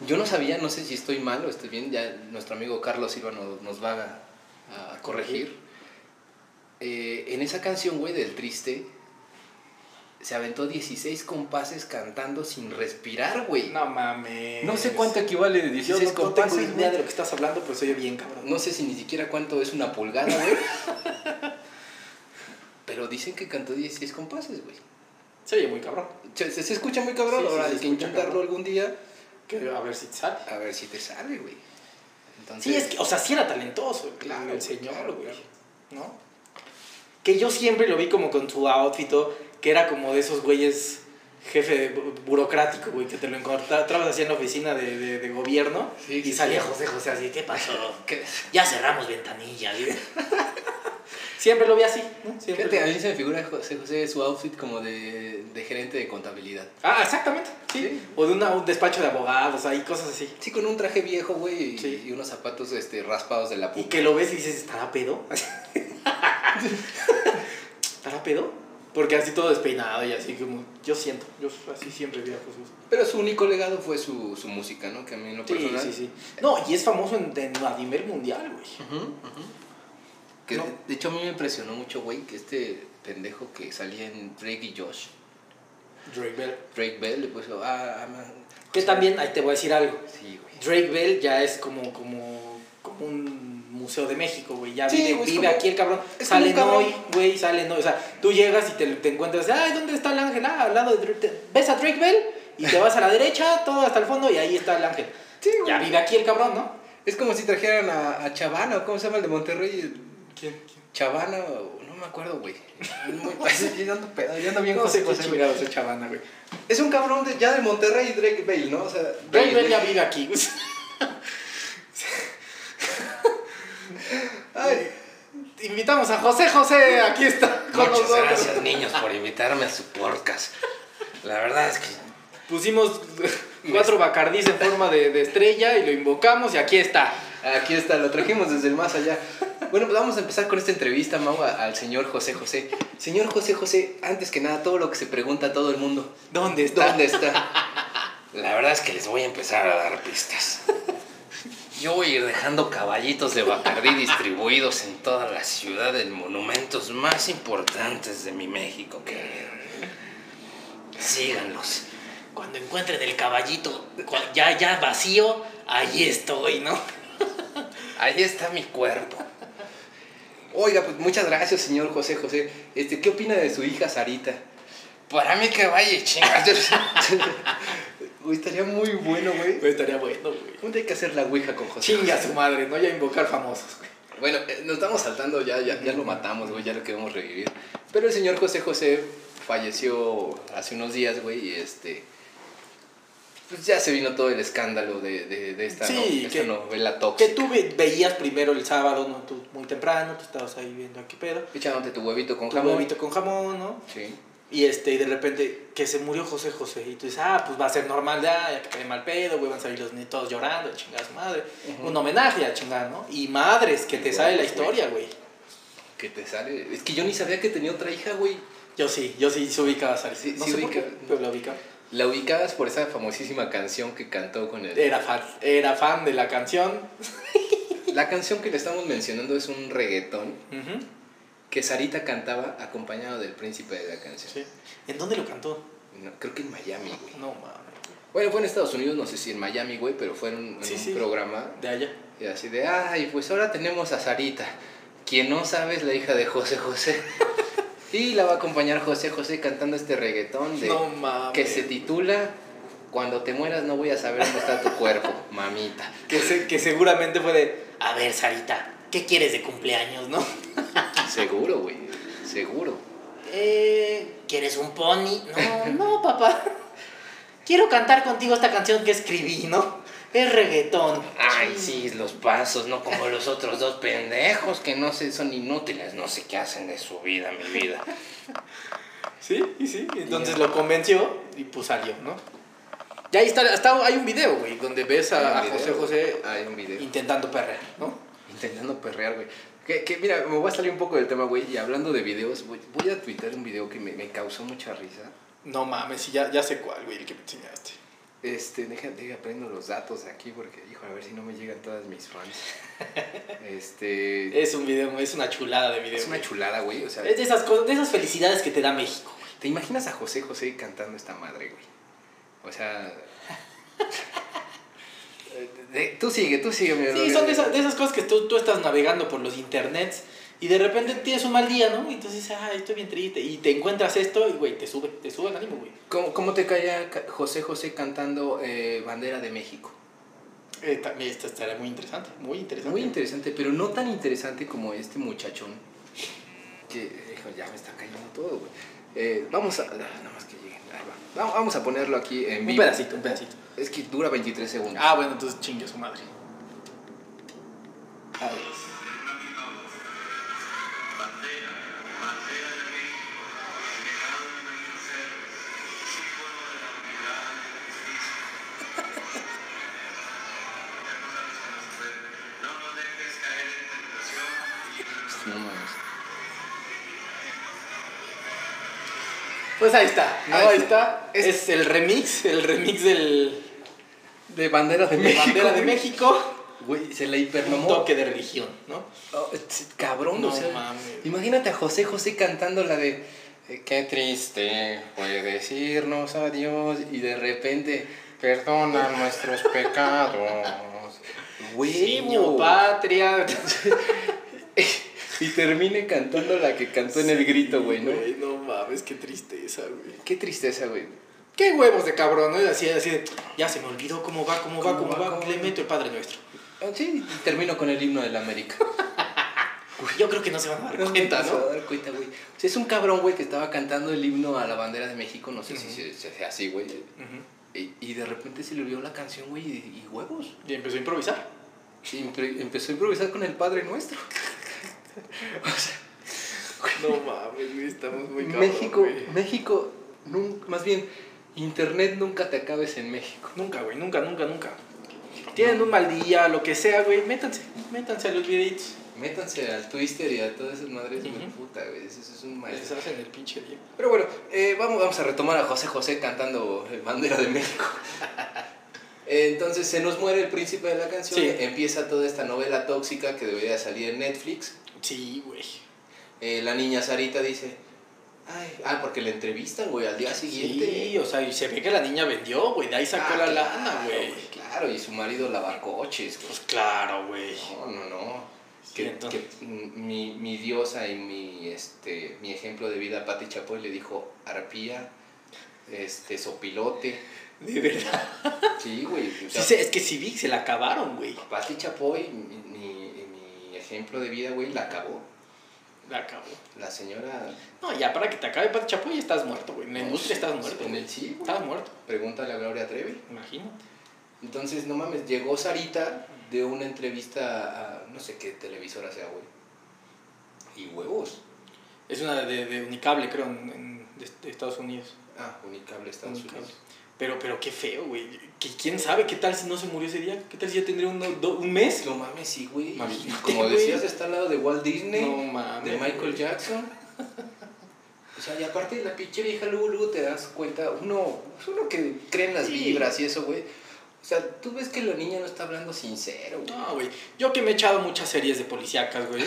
Yo no sabía, no sé si estoy mal o estoy bien, ya nuestro amigo Carlos Silva nos, nos va a, a corregir. Eh, en esa canción, güey, del triste, se aventó 16 compases cantando sin respirar, güey. No, No mames. sé cuánto equivale de Yo 16 no, no tengo compases, idea de lo güey. que estás hablando, pero soy bien cabrón. No sé si ni siquiera cuánto es una pulgada, güey. Pero dicen que cantó 16 compases, güey. Se oye muy cabrón. Se, se- se escucha muy cabrón, Sí, sí, ahora se hay que escucha intentarlo cabrón. algún día. Que a ver si te sale. A ver si te sale, güey. Entonces, Sí, es que, o sea, sí era talentoso, güey, Claro, el güey, señor, claro, güey. güey. ¿No? Que yo siempre lo vi como con su outfit, todo, que era como de esos güeyes jefe bu- burocrático, güey, que te lo encontrabas así en la oficina de, de- de gobierno Sí, y sí, salía sí. José José así, ¿qué pasó? que- Ya cerramos ventanilla, güey. siempre lo vi así, ¿no? Siempre Fíjate, lo a vi. mí se me figura José José su outfit como de, de gerente de contabilidad. Ah, exactamente, sí. Sí. O de una- un despacho de abogados, ahí, cosas así. Sí, con un traje viejo, güey, y, Sí. y unos zapatos este, raspados de la Y puta. que lo ves y dices, ¿estará pedo? ¿Estará pedo? Porque así todo despeinado y así como. Yo siento, yo así siempre vi a Jesús. Pero su único legado fue su, su música, ¿no? Que a mí en lo Sí, personal... sí, sí. No, y es famoso en, en- a nivel mundial, güey. Que No. de, de hecho a mí me impresionó mucho, güey, que este pendejo que salía en Drake y Josh, Drake Bell. Drake Bell, le puso... Ah, ama- Que también, ahí te voy a decir algo. Sí, güey. Drake Bell ya es como, como, como un museo de México, güey. Ya Sí, vive, güey, es vive como- aquí el cabrón. es como Salen un cabrón. hoy, güey, salen hoy. O sea, tú llegas y te, te encuentras, ay, ¿dónde está el ángel? Ah, al lado de Drake. te- Ves a Drake Bell y te vas a la derecha, todo hasta el fondo y ahí está el ángel. Sí, güey. ya vive aquí el cabrón, ¿no? Es como si trajeran a, a Chavana, ¿o ¿cómo se llama el de Monterrey? ¿Quién? Chavana, o- no me acuerdo, güey. Muy- yo ando pedo, yo ando bien No José sé qué José, güey. chingados es chavana, güey. Es un cabrón de, ya de Monterrey, Drake Bale, ¿no? O sea, Drake Bell ya vive aquí. güey. Ay, Invitamos a José José, aquí está con Muchas nosotros. gracias, niños, por invitarme a su podcast. La verdad es que Pusimos cuatro bacardís en forma de, de estrella y lo invocamos y aquí está. aquí está, lo trajimos desde el más allá. Bueno, pues vamos a empezar con esta entrevista, Mau, a- al señor José José. Señor José José, antes que nada, todo lo que se pregunta a todo el mundo. ¿Dónde está? ¿Dónde está? La verdad es que les voy a empezar a dar pistas. Yo voy a ir dejando caballitos de Bacardí distribuidos en toda la ciudad en monumentos más importantes de mi México, querido. Síganlos. Cuando encuentren el caballito cua- ya, ya vacío, ahí estoy, ¿no? Ahí está mi cuerpo. Oiga, pues muchas gracias, señor José José. Este, ¿Qué opina de su hija Sarita? Para mí que vaya y chingas. Uy, Estaría muy bueno, güey. Pues estaría bueno, güey. ¿Dónde hay que hacer la ouija con José? Chinga su madre, ¿no? Ya invocar famosos, güey. Bueno, eh, nos estamos saltando, ya, ya, ya lo matamos, güey, ya lo queremos revivir. Pero el señor José José falleció hace unos días, güey, y este. Pues ya se vino todo el escándalo de, de, de esta, Sí, no- de esta que- novela tóxica. Que tú ve- veías primero el sábado, ¿no? Tú muy temprano, tú estabas ahí viendo aquí pedo. Echándote tu huevito con Tu jamón. huevito con jamón, ¿no? Sí. Y este, y de repente, que se murió José José. Y tú dices, ah, pues va a ser normal ya, ya que cae mal pedo, güey, van a salir los niños todos llorando, chingada su madre. Un homenaje a chingada, ¿no? Y madres, que te Igual, sale la güey. historia, güey. Que te sale. Es que yo ni sabía que tenía otra hija, güey. Yo sí, yo sí se ubicaba a Sari. Sí, no sí sé por qué, ubica- pero la ubicaba. La ubicabas por esa famosísima canción que cantó con él. Era fan, era fan de la canción. La canción que le estamos mencionando es un reggaetón Ujú, que Sarita cantaba acompañado del príncipe de la canción. sí. ¿En dónde lo cantó? No, creo que en Miami, güey. No mames. Bueno, fue en Estados Unidos, no sé si en Miami, güey, pero fue en un, en Sí, un sí. programa De allá. y así de, ay, pues ahora tenemos a Sarita. Quien no sabe es la hija de José José. y la va a acompañar José José cantando este reggaetón de No mames. que se titula Cuando te mueras no voy a saber dónde está tu cuerpo, mamita. Que, se- que seguramente fue de, a ver, Sarita, ¿qué quieres de cumpleaños, no? Seguro, güey. Seguro. Eh, ¿quieres un pony? No, no, papá. Quiero cantar contigo esta canción que escribí, ¿no? Es reggaetón. Ay, sí, los pasos, no como los otros dos pendejos que no sé, son inútiles, no sé qué hacen de su vida, mi vida. Sí, y sí. Entonces lo convenció y pues salió, ¿no? Y ahí está, hasta hay un video, güey, donde ves a, Hay a un José video. José Hay un video. intentando perrear, ¿no? Intentando perrear, güey. Que, que, mira, me voy a salir un poco del tema, güey. Y hablando de videos, voy, voy a tuitear un video que me, me causó mucha risa. No mames, sí, ya, ya sé cuál, güey, el que me enseñaste. Este, deja, deja, aprendo los datos de aquí porque, hijo, a ver si no me llegan todas mis fans. Este. Es un video, es una chulada de video. Es una güey. chulada, güey. O sea, Es de esas, cosas, de esas felicidades que te da México. ¿te imaginas a José José cantando esta madre, güey? O sea. eh, de- tú sigue, tú sigue, mi Sí, hermano. son de esas, de esas cosas que tú, tú estás navegando por los internets y de repente tienes un mal día, ¿no? Y entonces, ah, estoy bien triste. Y te encuentras esto y, güey, te sube, te sube el ánimo, güey. ¿Cómo, cómo te caía ca- José José cantando eh, Bandera de México? Eh, también esto estará muy interesante, muy interesante. Muy interesante, pero no tan interesante como este muchachón. Que, hijo, ya me está cayendo todo, güey. Eh, vamos a. Nada más que lleguen. ahí va. Va- Vamos a ponerlo aquí en Un vivo. pedacito, un pedacito. Es que dura 23 segundos. Ah, bueno, entonces chingue a su madre. A ver. No mames. Pues ahí está, ¿no? Ahí ahí está. está. Es, el remix, el remix del De bandera de México. Bandera de güey. México. Güey, se la Un hipermamó. toque de religión, ¿no? Oh, es- cabrón, No o sea, mames. imagínate a José José cantando la de eh, Qué triste fue decirnos adiós y de repente perdona nuestros pecados. Niño, Huevo. patria. y termine cantando la que cantó en el grito, güey, ¿no? No mames, qué tristeza, güey. Qué tristeza, güey. Qué huevos de cabrón, ¿no? Así, así de, ya se me olvidó cómo va, cómo, va, ¿Cómo cómo va, va, cómo le va? meto el Padre Nuestro. Ah, Sí, y termino con el himno del América. Yo creo que no se van a dar cuenta, Se va ¿no? a dar cuenta, güey. O sea, es un cabrón, güey, que estaba cantando el himno a la bandera de México, no sé si se, se hace así, güey. Y, y de repente se le olvidó la canción, güey, y- y huevos. Y empezó a improvisar. Sí, impre- empezó a improvisar con el Padre Nuestro. No mames, güey, estamos muy México, México, nun- más bien, Internet nunca te acabes en México. Nunca, güey, nunca, nunca, nunca. Tienen un mal día, lo que sea, güey, métanse, métanse a los videitos. Métanse al Twister y a todas esas madres, güey, Ujú. puta, güey, eso, eso es un Les maestro. hacen el pinche día. Pero bueno, eh, vamos, vamos a retomar a José José cantando el Bandera de México. Entonces se nos muere el príncipe de la canción, Sí. empieza toda esta novela tóxica que debería salir en Netflix. Sí, güey. Eh, la niña Sarita dice, ay, ah, porque la entrevistan, güey, al día siguiente. Sí, o sea, y se ve que la niña vendió, güey, de ahí sacó Ah, la claro, lana, güey. Claro, y su marido lavacoches. Pues claro, güey. güey. No, no, no. Sí, Que, entonces. que, mm, mi, mi diosa y mi, este, mi ejemplo de vida, Pati Chapoy, le dijo arpía, este, sopilote. De verdad. Sí, güey. o Sí, sea, se- es que sí vi que se la acabaron, güey. Pati Chapoy, mi, mi- mi ejemplo de vida, güey, la acabó. La acabó. La señora... pues, No, ya para que te acabe Pati Chapoy estás muerto, güey. En la industria estás muerto, En güey. el sí, güey. Estás muerto, Pregúntale a Gloria Trevi. imagínate. Entonces, no mames, llegó Sarita de una entrevista a no sé qué televisora sea, güey. Y huevos. Es una de, de Unicable, creo, en, en- de, de Estados Unidos. Ah, Unicable Estados Unicable. Unidos. Pero, pero qué feo, güey. Que- ¿Quién sabe qué tal si no se murió ese día? ¿Qué tal si ya tendría un, do- un mes? No mames, sí, güey. Imagínate, Y Como güey. decías, está al lado de Walt Disney, No mames, de Michael güey. Jackson. O sea, y aparte de la pinche vieja, luego, luego te das cuenta, uno, es uno que cree en las Sí. vibras y eso, güey. O sea, tú ves que la niña no está hablando sincero, güey. No, güey. Yo que me he echado muchas series de policíacas, güey.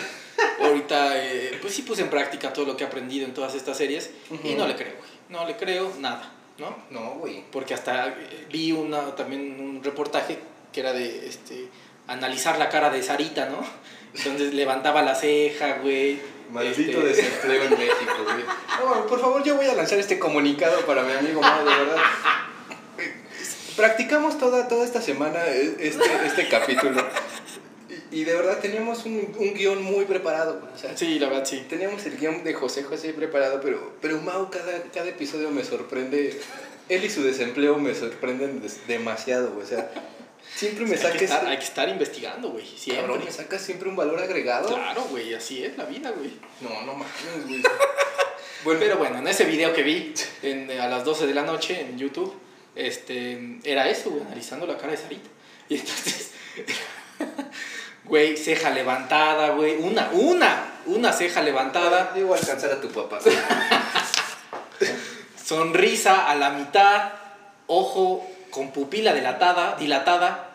Ahorita, eh, pues sí puse en práctica todo lo que he aprendido en todas estas series. Y Ujú. no le creo, güey. No le creo nada, ¿no? No, güey. Porque hasta eh, vi una, también un reportaje que era de este, analizar la cara de Sarita, ¿no? Entonces levantaba la ceja, güey. Maldito este, desempleo en México, güey. No, por favor, yo voy a lanzar este comunicado para mi amigo Mau, de verdad. Practicamos toda, toda esta semana eh, este, este capítulo. Y, y de verdad teníamos un, un guión muy preparado. güey. O sea, Sí, la verdad, sí. Teníamos el guión de José José preparado, pero, pero Mau cada, cada episodio me sorprende. Él y su desempleo me sorprenden des- demasiado, güey. O sea, siempre me Hay que, sacas. estar, hay que estar investigando, güey. Siempre. Cabrón, me sacas siempre un valor agregado. Claro, güey, así es la vida, güey. No, no mames, güey. Bueno, pero bueno, en ese video que vi en- a las 12 de la noche en YouTube, este, era eso, güey, analizando la cara de Sarita. Y entonces, güey, ceja levantada, güey, una, una, una ceja levantada. Yo voy a alcanzar a tu papá. güey. sonrisa a la mitad, ojo con pupila dilatada, dilatada.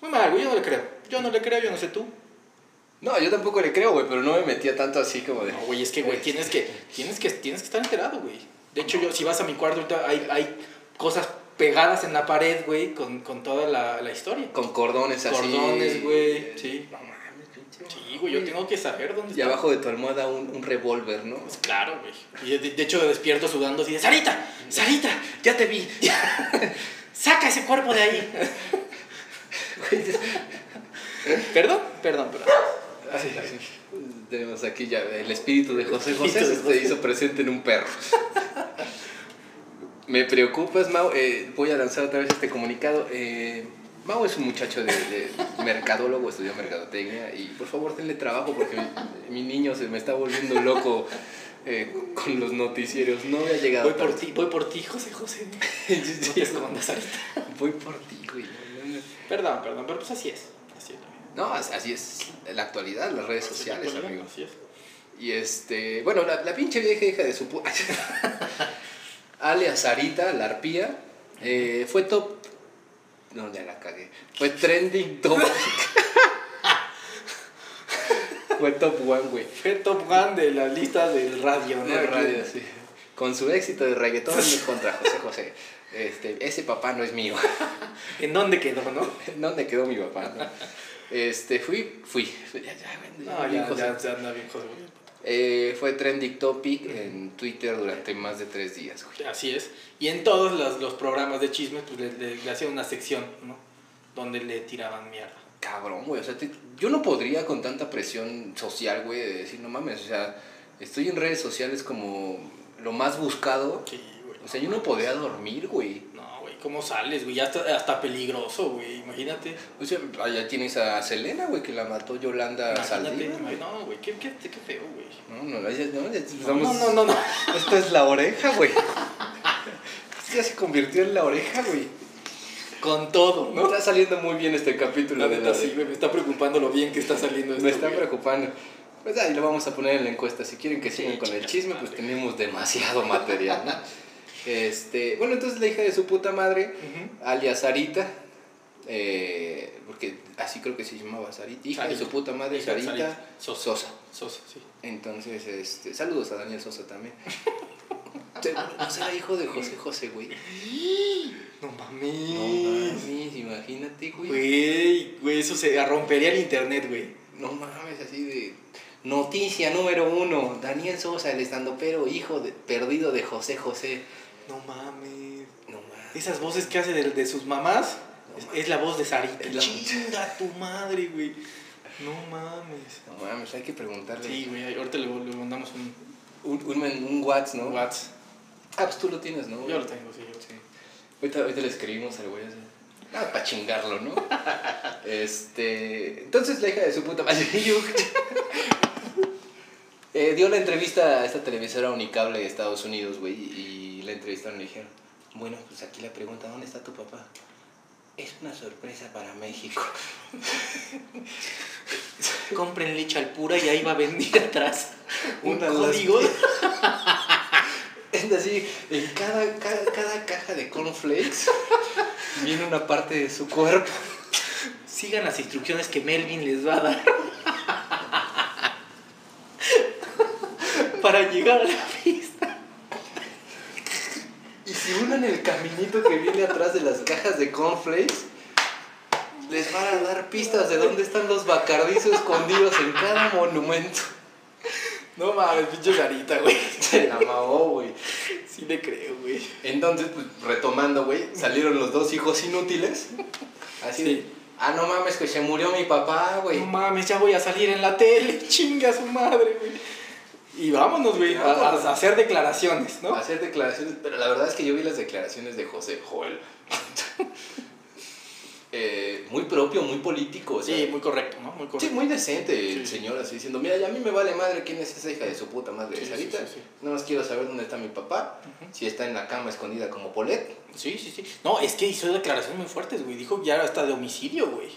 Muy mal, güey, yo no le creo. Yo no le creo, yo no sé tú. No, yo tampoco le creo, güey, pero no me metía tanto así como de. No, güey, es que, güey, tienes que, tienes que, tienes que estar enterado, güey. De hecho, yo, si vas a mi cuarto, ahorita hay, hay cosas pegadas en la pared, güey, con, con toda la, la historia. Con cordones así. Cordones, güey, sí. No mames, pinche Sí, güey, yo tengo que saber dónde Y está. abajo de tu almohada un, un revólver, ¿no? Pues claro, güey. Y de, de hecho despierto sudando así de, Sarita, Sarita, ya te vi. Saca ese cuerpo de ahí. perdón, perdón, perdón. Ay, ay. Tenemos aquí ya el espíritu de José espíritu José de se te hizo presente en un perro. Me preocupas, Mau. eh, voy a lanzar otra vez este comunicado. Eh, Mau es un muchacho de, de mercadólogo, estudió mercadotecnia y por favor denle trabajo porque mi, mi niño se me está volviendo loco eh, con los noticieros. No había llegado. Voy por tarde. ti, voy por ti, José José. No te escondas, Sarita. Voy por ti, güey. No, no, no. Perdón, perdón, pero pues así es. Así es. No, as- así es la actualidad, las redes sociales, amigos. Así es. Y este, bueno, la, la pinche vieja hija de su pu... Alias Sarita, la arpía, eh, fue top... No, ya la cagué. Fue trending top... fue top one, güey. Fue Top Gun de la lista del radio, ¿no? Una radio así. Con su éxito de reggaetón contra José José. Este, ese papá no es mío. ¿En dónde quedó, no? ¿Dónde quedó mi papá? no? Este, fui, fui. Ya, ya, güey, No, bien ya, José. ya, ya anda bien, José. Eh, fue trending topic en Twitter durante más de tres días, güey. Así es. Y en todos los, los programas de chismes, pues le, le- le hacían una sección, ¿no? Donde le tiraban mierda. Cabrón, güey. O sea, te- yo no podría con tanta presión social, güey, de decir, no mames, o sea, estoy en redes sociales como lo más buscado. Sí, güey. O sea, yo no podía dormir, güey. No, güey, ¿cómo sales, güey? Ya hasta, hasta peligroso, güey, imagínate. O sea, allá tienes a Selena, güey, que la mató Yolanda Imagínate, Saldívar. güey, no, güey, qué, qué, qué feo, güey. No, no, ya- no, ya No, estamos- no, no, no. Esto es la oreja, güey. Esto ya se convirtió en la oreja, güey. Con todo, No ¿no? está saliendo muy bien este capítulo. La de neta la sí, güey, me está preocupando lo bien que está saliendo esto. Me está güey. preocupando. Pues ahí lo vamos a poner en la encuesta. Si quieren que sigan con chinga el su chisme, pues tenemos demasiado material, ¿no? Este, bueno, entonces la hija de su puta madre, alias Sarita, eh, porque así creo que se llamaba Sarita, hija de Sarita. su puta madre, Hija de Sarita, Sarita. Sosa. Sosa. Sosa, sí. Entonces, este, saludos a Daniel Sosa también. Seguro no será hijo de José José, güey. No No mames. mames, imagínate, güey. Güey, güey, eso se rompería el internet, güey. No mames, así de. Noticia número uno: Daniel Sosa, el estandopero, hijo de, perdido de José José. No mames. No mames. Esas voces que hace de, de sus mamás es, es la voz de Sarita. Es la- Chinga tu madre, güey. No mames. No mames, hay que preguntarle. Sí, güey, ahorita le, le mandamos un Un, un, men- un WhatsApp, ¿no? WhatsApp. Ah, pues tú lo tienes, ¿no? Yo lo tengo, sí. yo lo Sí. Ahorita, ahorita le escribimos al güey así. Nada, para chingarlo, ¿no? este. Entonces la hija de su puta madre. yo- Eh, dio la entrevista a esta televisora unicable de Estados Unidos, güey. Y la entrevistaron y le dijeron: Bueno, pues aquí la pregunta: ¿dónde está tu papá? Es una sorpresa para México. tengo. Compren leche al pura y ahí va a venir atrás un Una código. Es así, en cada, cada, cada caja de cornflakes viene una parte de su cuerpo. Sigan las instrucciones que Melvin les va a dar. Para llegar a la pista. Y si uno en el caminito que viene atrás de las cajas de cornflakes, les van a dar pistas de dónde están los bacardís escondidos en cada monumento. No mames, pinche garita, güey. Se la mamó, güey. Sí le creo, güey. Entonces, pues retomando, güey, salieron los dos hijos inútiles. Así de, ah, no mames, que se murió mi papá, güey. No mames, ya voy a salir en la tele, chinga su madre, güey. Y vámonos, güey, a, a hacer declaraciones, ¿no? Hacer declaraciones, pero la verdad es que yo vi las declaraciones de José Joel. Eh, muy propio, muy político. o sea, Sí, muy correcto, ¿no? Muy correcto. Sí, muy decente el Sí. señor así diciendo, mira, ya a mí me vale madre quién es esa hija de su puta madre Sí, sí, Sarita. sí, sí. Nada más quiero saber dónde está mi papá, si está en la cama escondida como Polet. Sí, sí, sí. No, es que hizo declaraciones muy fuertes, güey. Dijo que ya hasta de homicidio, güey.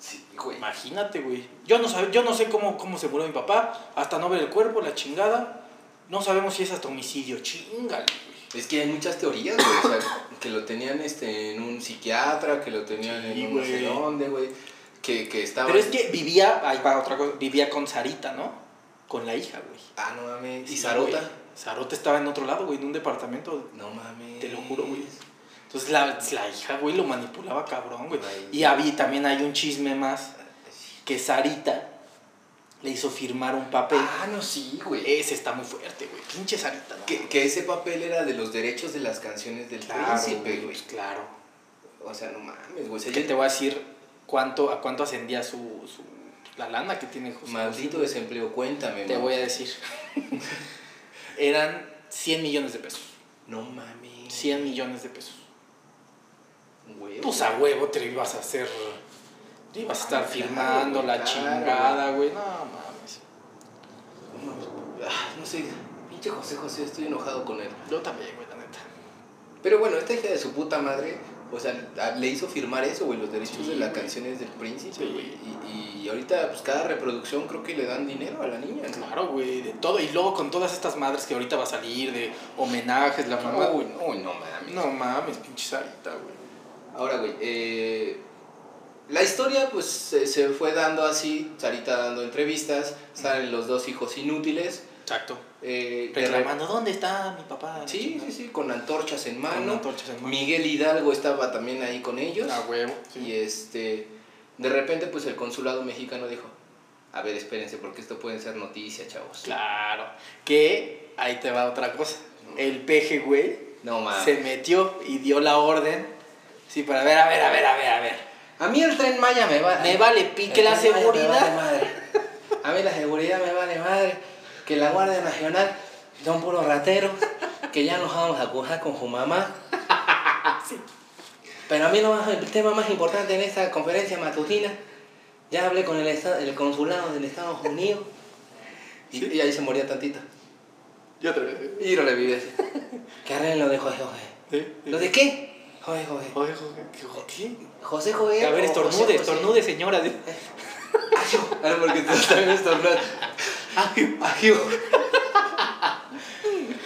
Sí, güey. Imagínate, güey. Yo no sab- yo no sé cómo, cómo se murió mi papá, hasta no ver el cuerpo, la chingada. No sabemos si es hasta homicidio, chingale, güey. Es que hay muchas teorías, güey. O sea, que lo tenían este, en un psiquiatra, que lo tenían Sí, en un no sé güey. dónde, güey. Que, que estaba... Pero es que vivía, ahí va otra cosa, vivía con Sarita, ¿no? Con la hija, güey. Ah, no mames. ¿Y Sí, Sarota? güey. Sarota estaba en otro lado, güey, en un departamento. No mames. Te lo juro, güey. Entonces la, la hija, güey, lo manipulaba cabrón, güey. Ay. Y había, también hay un chisme más que Sarita le hizo firmar un papel. Ah, no, sí, güey. Ese está muy fuerte, güey. Pinche Sarita. ¿no? Que, que ese papel era de los derechos de las canciones del príncipe, güey. pues, claro. O sea, no mames, güey. O sea, Que yo- te voy a decir cuánto, a cuánto ascendía su, su la lana que tiene José. Maldito desempleo, cuéntame. Pues Te mamá. voy a decir. Eran 100 millones de pesos. No mames. 100 millones de pesos. Eh, Güey. Pues a huevo te lo ibas a hacer. Te ibas a estar Claro, firmando güey, la claro, chingada, güey. No mames. Ah, no sé. Pinche José José, estoy enojado con él. Yo también, güey, la neta. Pero bueno, esta hija de su puta madre, o sea, a- le hizo firmar eso, güey, los derechos de las canciones del príncipe, Sí. güey. Y, y ahorita, pues cada reproducción creo que le dan dinero a la niña, ¿no? Claro, güey, de todo. Y luego con todas estas madres que ahorita va a salir, de homenajes, la mamá. Uy, no, uy, no mames. No mames, pinche Sarita, güey. Ahora, güey, eh, la historia pues se, se fue dando así, Sarita dando entrevistas, salen los dos hijos inútiles. Exacto. Eh, de re- Reclamando, ¿dónde está mi papá? Sí, sí, sí, con antorchas en mano. Con antorchas en mano. Ah, Miguel Hidalgo estaba también ahí con ellos. A huevo. Y este, de repente, pues el consulado mexicano dijo: A ver, espérense, porque esto pueden ser noticias, chavos. Claro. Que ahí te va otra cosa. El peje, güey, No se mames. metió y dio la orden. Sí, para ver, a ver, a ver, a ver, a ver. A mí el tren Maya me va. Me vale pique El la tren Maya me vale seguridad. madre. A mí la seguridad me vale madre. Que la Guardia Nacional son puros rateros. Que ya nos vamos a coger con su mamá. Pero a mí lo más- el tema más importante en esta conferencia matutina, ya hablé con el, esta- el consulado del Estados Unidos. Y, y ahí se moría tantito. Yo otra vez. Y lo revive así. Que arreglen lo de José José. ¿Lo de qué? José José. Oye, joder, ¿qué- ¿qué? José José. A ver, o estornude, José José. estornude, señora. de- Ah, porque tú también estornudas. Ajiu, ajiu.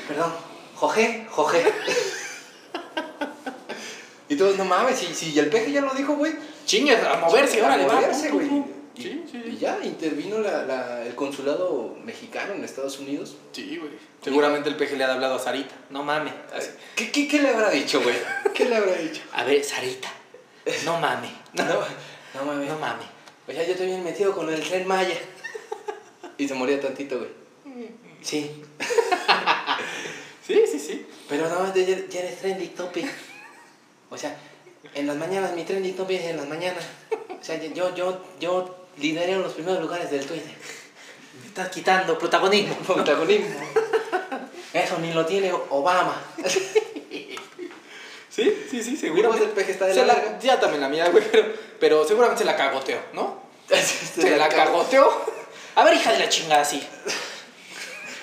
Perdón. José, José. Y todos, no mames, si, si el peje ya lo dijo, güey. Chingas, a moverse, A órale, va. moverse, pum, güey. pum, pum. Y, Sí, sí. y ya intervino la- la- el consulado mexicano en Estados Unidos. Sí, güey. Seguramente el peje le ha hablado a Sarita. No mames. Así. ¿Qué, qué, qué le habrá dicho, güey? ¿Qué le habrá dicho? A ver, Sarita. No mames. No, no mames. No mames. O sea, yo estoy bien metido con el tren Maya. Y se moría tantito, güey. Sí. Sí, sí, sí. Pero nada más de ya, ya eres trending topic. O sea, en las mañanas, mi trending topic es en las mañanas. O sea, yo, yo, yo lideré en los primeros lugares del Twitter. Me estás quitando protagonismo. Protagonismo. Eso ni lo tiene Obama. Sí, sí, sí, seguramente. Igual pues, el peje está de Se la la- verga. Ya también la mía, güey. Pero, pero seguramente se la cagoteó, ¿no? Se, la, cagó. cagoteó. A ver, hija de la chingada, sí.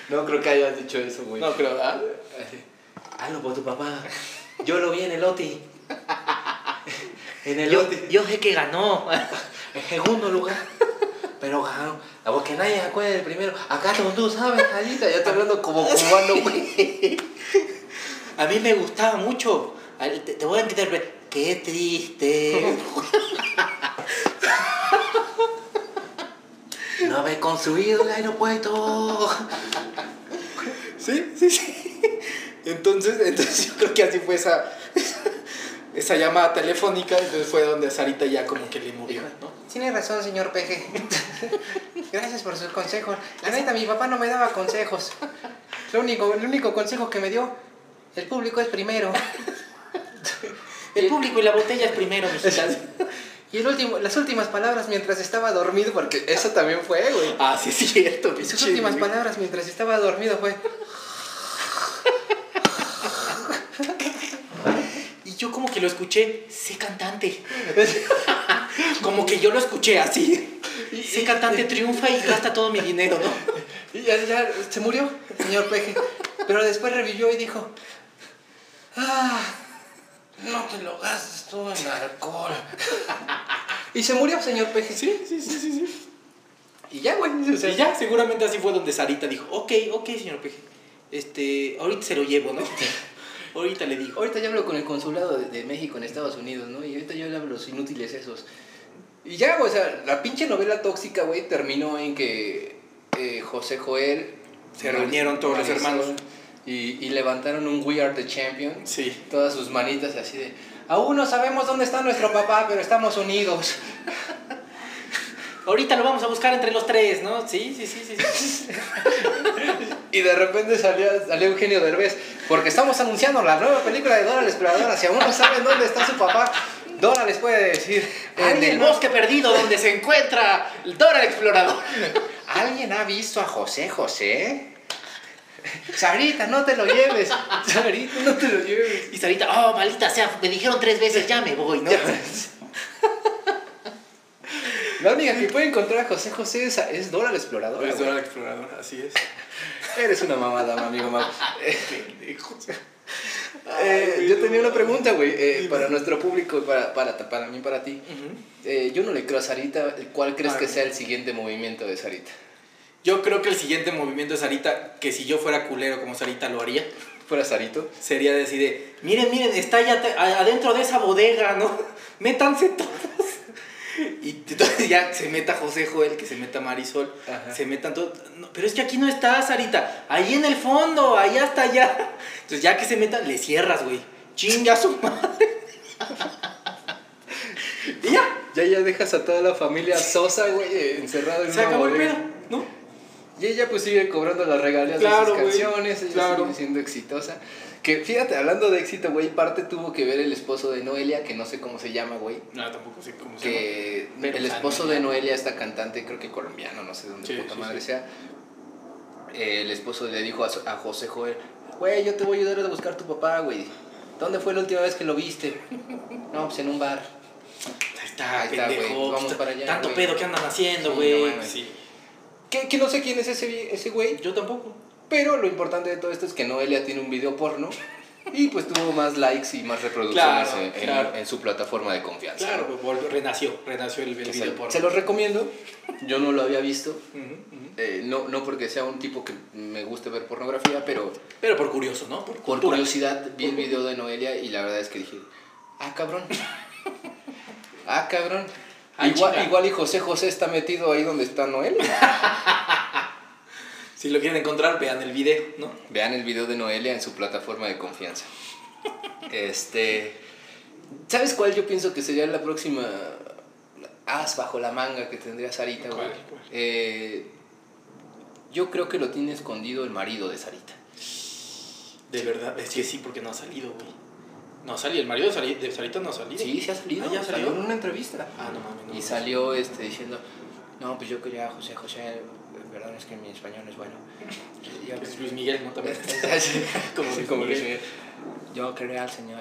No creo que hayas dicho eso, güey. No creo, ¿ah? ¿verdad? Hazlo por tu papá. Yo lo vi en el OTI. En el Yo, OTI. yo sé que ganó. En segundo lugar. Pero ganó. A vos que nadie se acuerde del primero. Acá tú sabes, Alita. Yo estoy hablando como cubano, güey. A mí me gustaba mucho. A- Te, te voy a interpretar. Qué triste. No habéis construido el aeropuerto. Sí, sí, sí. Entonces, entonces yo creo que así fue esa, esa llamada telefónica, entonces fue donde a Sarita ya como que le murió, ¿no? Tiene razón, señor PG. Gracias por sus consejos. La neta, mi papá no me daba consejos. Lo único, el único consejo que me dio, el público es primero. El público y la botella es primero, mijitas. Y el último, las últimas palabras mientras estaba dormido, porque eso también fue, güey. Ah, sí, es cierto, Y sus pinche últimas güey. palabras mientras estaba dormido fue... Y yo como que lo escuché, sé cantante. como que yo lo escuché así. Sé cantante, triunfa y gasta todo mi dinero, ¿no? Y ya, ya se murió, el señor Peje. Pero después revivió y dijo: ¡Ah! No te lo gastes todo en alcohol. Y se murió, señor Peje. Sí, sí, sí, sí, sí. Y ya, güey. o sea, Y ya, seguramente así fue donde Sarita dijo, ok, ok, señor Peje. Este, ahorita se lo llevo, ¿no? ahorita le digo. Ahorita yo hablo con el consulado de, de México en Estados Unidos, ¿no? Y ahorita yo le hablo a los inútiles esos. Y ya, güey, o sea, la pinche novela tóxica, güey, terminó en que eh, José Joel. Se reunieron todos los hermanos. Y, y levantaron un We Are the Champions. Sí. Todas sus manitas así de. Aún no sabemos dónde está nuestro papá, pero estamos unidos. Ahorita lo vamos a buscar entre los tres, ¿no? Sí, sí, sí, sí. sí. Y de repente salió, salió Eugenio Derbez, porque estamos anunciando la nueva película de Dora la Exploradora. Si aún no saben dónde está su papá, Dora les puede decir. en el bosque perdido donde se encuentra Dora el explorador. ¿Alguien ha visto a José José? Sarita, no te lo lleves. Sarita, no te lo lleves. Y Sarita, oh, maldita sea, me dijeron tres veces, ya me voy, ¿no? La única que puede encontrar a José José es, es Dora la Exploradora. Es güey. Dora la exploradora, así es. Eres una mamada, mi amigo Mau. Eh, yo tenía una pregunta, güey, eh, para nuestro público, para, para, para mí, para ti. Eh, yo no le creo a Sarita. ¿Cuál crees Ah, que no. sea el siguiente movimiento de Sarita? Yo creo que el siguiente movimiento de Sarita, que si yo fuera culero como Sarita lo haría, ¿Fuera Sarito? sería decir, de, miren, miren, está allá te- a- adentro de esa bodega, ¿no? Métanse todos. Y entonces ya se meta José Joel, que se meta Marisol, Ajá. se metan todos. "No, pero es que aquí no está Sarita, ahí en el fondo, allá hasta allá. Entonces ya que se metan, le cierras, güey. Chinga su madre. y ya, Ya, ya dejas a toda la familia Sosa, güey, eh, encerrada en se una acabó el bodega. pedo, ¿no? Y ella pues sigue cobrando las regalías Claro, de güey, sus canciones, ella claro. sigue siendo exitosa. Que fíjate, hablando de éxito, güey, parte tuvo que ver el esposo de Noelia, que no sé cómo se llama, güey. No, tampoco sé cómo Que Pero, el o sea, esposo no, de ya. Noelia, esta cantante, creo que colombiano, no sé de dónde Sí, puta sí, madre sí. sea. eh, el esposo le dijo a, su- a José Joel, güey, yo te voy a ayudar a buscar tu papá, güey. ¿Dónde fue la última vez que lo viste? No, pues en un bar. Ahí está, Ahí está, pendejo. güey, vamos Puta, para allá, Tanto güey. pedo que andan haciendo, Sí, güey. no mames. Sí. Que, que no sé quién es ese, vi- ese güey, Yo tampoco. Pero lo importante de todo esto es que Noelia tiene un video porno y pues tuvo más likes y más reproducciones Claro, en, en- claro. en su plataforma de confianza. Claro, ¿no? güey, volvió- renació, renació el, el Que video se, porno. se los recomiendo. Yo no lo había visto. Ujú, ujú. eh, no, no porque sea un tipo que me guste ver pornografía, pero Pero por curioso, ¿no? Por, por cultura. curiosidad vi el video de Noelia y la verdad es que dije, ah, cabrón. Ah, cabrón. Ah, igual, chinga. igual y José José está metido ahí donde está Noelia. Si lo quieren encontrar, vean el video, ¿no? Vean el video de Noelia en su plataforma de confianza. Este. ¿Sabes cuál yo pienso que sería la próxima as bajo la manga que tendría Sarita, güey? ¿Cuál, cuál? Eh, yo creo que lo tiene escondido el marido de Sarita. De verdad, es que sí, porque no ha salido, güey. No salió, el marido de Sari- de Sarita no ha salido. Sí, se ha salido. Ah, ¿ya salió salió? en una entrevista. Ah, no mames. no. Y salió este, diciendo: No, pues yo quería a José José. Perdón, es que mi español no es bueno. Yo- Es Luis Miguel, ¿no? También. como, Luis como Miguel. Luis Miguel. Yo creo al señor.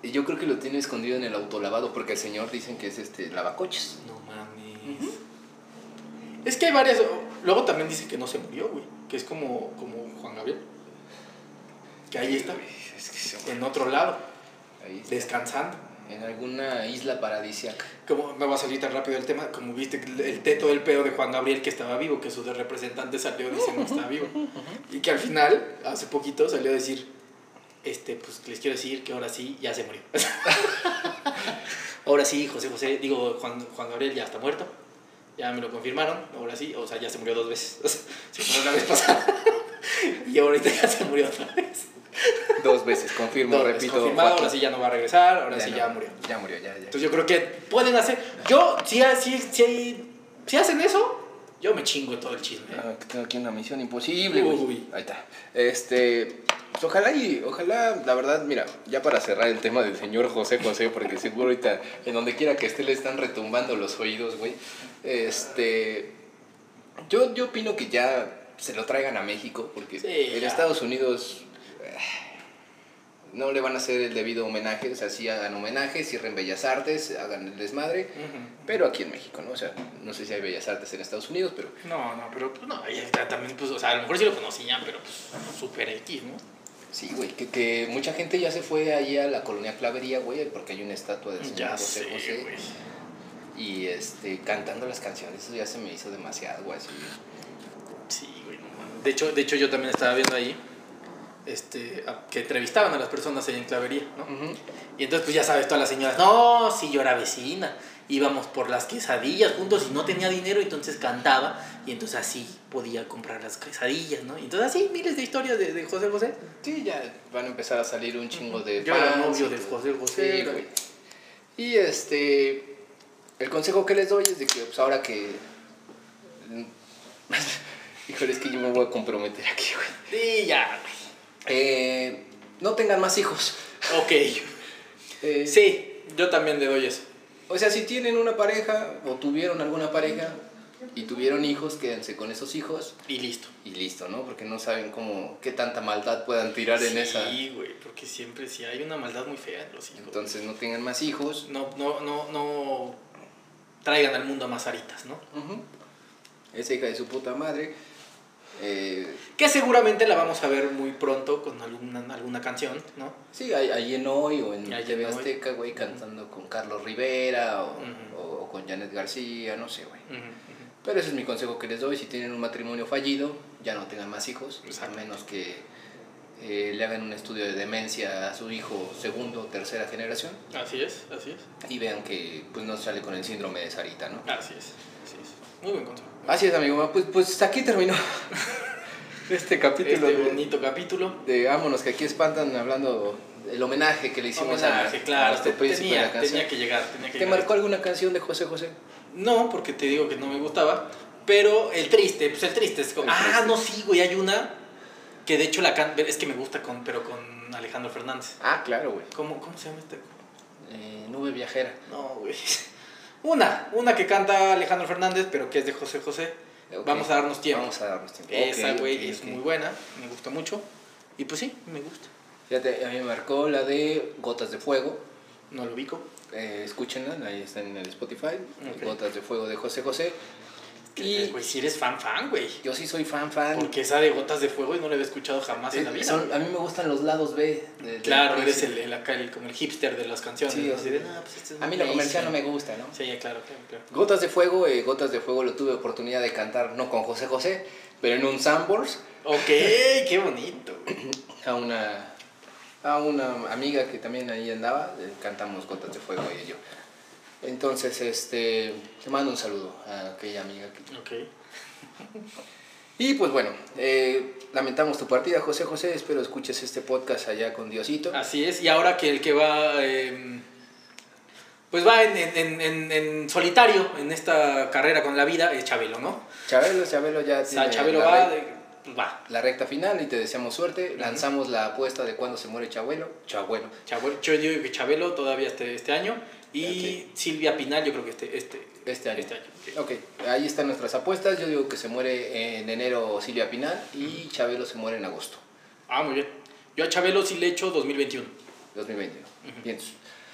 Y yo creo que lo tiene escondido en el autolavado porque el señor dicen que es este lavacoches. No mames. Es que hay varias. Luego también dice que no se murió, güey. Que es como, como Juan Gabriel. Que ahí está, Es que se- en otro lado, ahí está, descansando. en alguna isla paradisíaca. Como me va a salir tan rápido el tema, como viste el teto del pedo de Juan Gabriel que estaba vivo, que su representante salió diciendo que estaba vivo. Y que al final, hace poquito, salió a decir, este, pues les quiero decir que ahora sí, ya se murió. ahora sí, José José, digo, Juan, Juan Gabriel ya está muerto. Ya me lo confirmaron, ahora sí, o sea, ya se murió dos veces. se murió la vez pasada. y ahorita ya se murió otra vez. Dos veces, confirmo, Dos veces repito. confirmado, Joaquín. ahora sí ya no va a regresar, ahora sí no, ya murió. Ya murió, ya, ya. Entonces yo creo que pueden hacer. Yo, si, ha- si, si, si hacen eso, yo me chingo todo el chisme. ¿eh? Ah, que tengo aquí una misión imposible, güey. Uy. Ahí está. Este, pues, ojalá y, ojalá, la verdad, mira, ya para cerrar el tema del señor José José, porque seguro ahorita, en donde quiera que esté, le están retumbando los oídos, güey. Este, yo, yo opino que ya se lo traigan a México, porque Sí, en ya. Estados Unidos eh, no le van a hacer el debido homenaje, o sea, sí hagan homenaje, cierren Bellas Artes, hagan el desmadre, Ujú. pero aquí en México, ¿no? O sea, no sé si hay Bellas Artes en Estados Unidos, pero No, no, pero pues, no, ya está, también, pues, o sea, a lo mejor sí lo conocían, pero pues, super X, ¿no? Sí, güey, que, que mucha gente ya se fue ahí a la colonia Clavería, güey, porque hay una estatua del señor Ya José sé, José. güey. Y este, cantando las canciones, eso ya se me hizo demasiado, güey, así. Sí, güey, no mames. De hecho, de hecho, yo también estaba viendo ahí este, a- que entrevistaban a las personas ahí en Clavería, ¿no? Y entonces, pues ya sabes, todas las señoras, no, si yo era vecina, íbamos por las quesadillas juntos y no tenía dinero, entonces cantaba y entonces así podía comprar las quesadillas, ¿no? Y entonces así miles de historias de, de José José. Sí, ya van a empezar a salir un chingo de. Yo era fans y novio de todo. José José. Sí, era- güey. Y este. El consejo que les doy es de que, pues ahora que. Híjole, es que yo me voy a comprometer aquí, güey. Sí, ya, güey. Eh, no tengan más hijos. Ok. Eh, Sí, yo también le doy eso. O sea, si tienen una pareja o tuvieron alguna pareja y tuvieron hijos, quédense con esos hijos Y listo. y listo, ¿no? Porque no saben cómo, qué tanta maldad puedan tirar en esa. Sí, güey, porque siempre sí hay una maldad muy fea en los hijos. Entonces no tengan más hijos. no, no, no, no traigan al mundo a más aritas, ¿no? Ujú. Esa hija de su puta madre. eh, Que seguramente la vamos a ver muy pronto con alguna, alguna canción, ¿no? sí, ahí, ahí en hoy o en Ahí en TV Hoy. Azteca, güey, cantando con Carlos Rivera o, Ujú. o- o con Janet García, no sé, güey. Ujú, ujú. Pero ese es mi consejo que les doy. Si tienen un matrimonio fallido, ya no tengan más hijos, a Exacto. menos que eh, le hagan un estudio de demencia a su hijo segundo o tercera generación Así es, así es, y vean que pues, no sale con el síndrome de Sarita, ¿no? así es, así es. Muy buen consejo. Así es, amigo. Pues, pues hasta aquí terminó este capítulo Este de- bonito capítulo. de Vámonos, que aquí espantan hablando del homenaje que le hicimos a- Homenaje, a, claro, nuestro te- príncipe de la tenía, canción. tenía que llegar, tenía que ¿Te llegar. marcó alguna canción de José José? No, porque te digo que no me gustaba. Pero el triste, pues el triste es como. El ah, triste. no, sí, güey, hay una que de hecho la can... Es que me gusta, con, pero con Alejandro Fernández. Ah, claro, güey. ¿Cómo, cómo se llama este? Eh, Nube Viajera. No, güey. Una, una que canta Alejandro Fernández, pero que es de José José. Ok. Vamos a darnos tiempo. Vamos a darnos tiempo. Esa, Ok, güey, ok, es ok. muy buena, me gusta mucho. Y pues sí, me gusta. Fíjate, a mí me marcó la de Gotas de Fuego. No lo ubico. Eh, escúchenla, ahí está en el Spotify. Ok. Gotas de Fuego de José José. Y Güey, si eres fan, fan, güey. yo sí soy fan, fan. Porque esa de Gotas de Fuego y no la había escuchado jamás Eh, en la vida. son- a mí me gustan los lados B. de- de- Claro, de- eres el, el acá, el- como el hipster de las canciones. Sí, ¿no? o sea, Así de, "No, pues este es A mí lo Mace". comercial no me gusta, ¿no? Sí, ya, claro, claro, claro. Gotas de Fuego, eh, Gotas de Fuego lo tuve oportunidad de cantar, no con José José, pero en un Sambors Ok, qué bonito. güey. a una, a una amiga que también ahí andaba, eh, cantamos Gotas de Fuego ella y yo. Entonces, este, te mando un saludo a aquella amiga que Ok. Y pues bueno, eh, lamentamos tu partida, José José. Espero escuches este podcast allá con Diosito. Así es, y ahora que el que va, eh, pues va en, en- en- en- en solitario en esta carrera con la vida, es Chabelo, ¿no? Chabelo, Chabelo ya O sea, tiene Chabelo la, va, re- de- pues va, la recta final y te deseamos suerte. Lanzamos la apuesta de cuándo se muere Chabelo. Chabuelo. Chabelo, yo digo que Chabelo todavía este, este año, y Ok. Silvia Pinal yo creo que este, este, Este año. este ok. Ok, ahí están nuestras apuestas. Yo digo que se muere en enero Silvia Pinal y Chabelo se muere en agosto Ah, muy bien. Yo a Chabelo sí le echo 2021. 2020. Bien.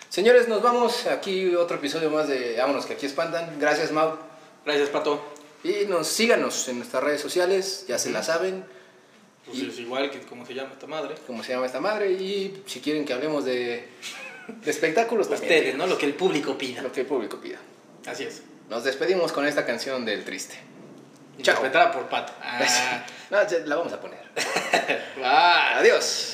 Señores, nos vamos. Aquí otro episodio más de Vámonos que aquí espantan. Gracias, Mau. Gracias, Pato. Y nos, síganos en nuestras redes sociales, ya se la saben. Pues Y- es igual que como se llama esta madre. como se llama esta madre y si quieren que hablemos de, de espectáculos también, Ustedes, ¿no? Lo que el público pida. lo que el público pida. Eh, Así es. Nos despedimos con esta canción del triste. Chao. Interpretada por Pato. Ah, No, ya la vamos a poner. ah. Adiós.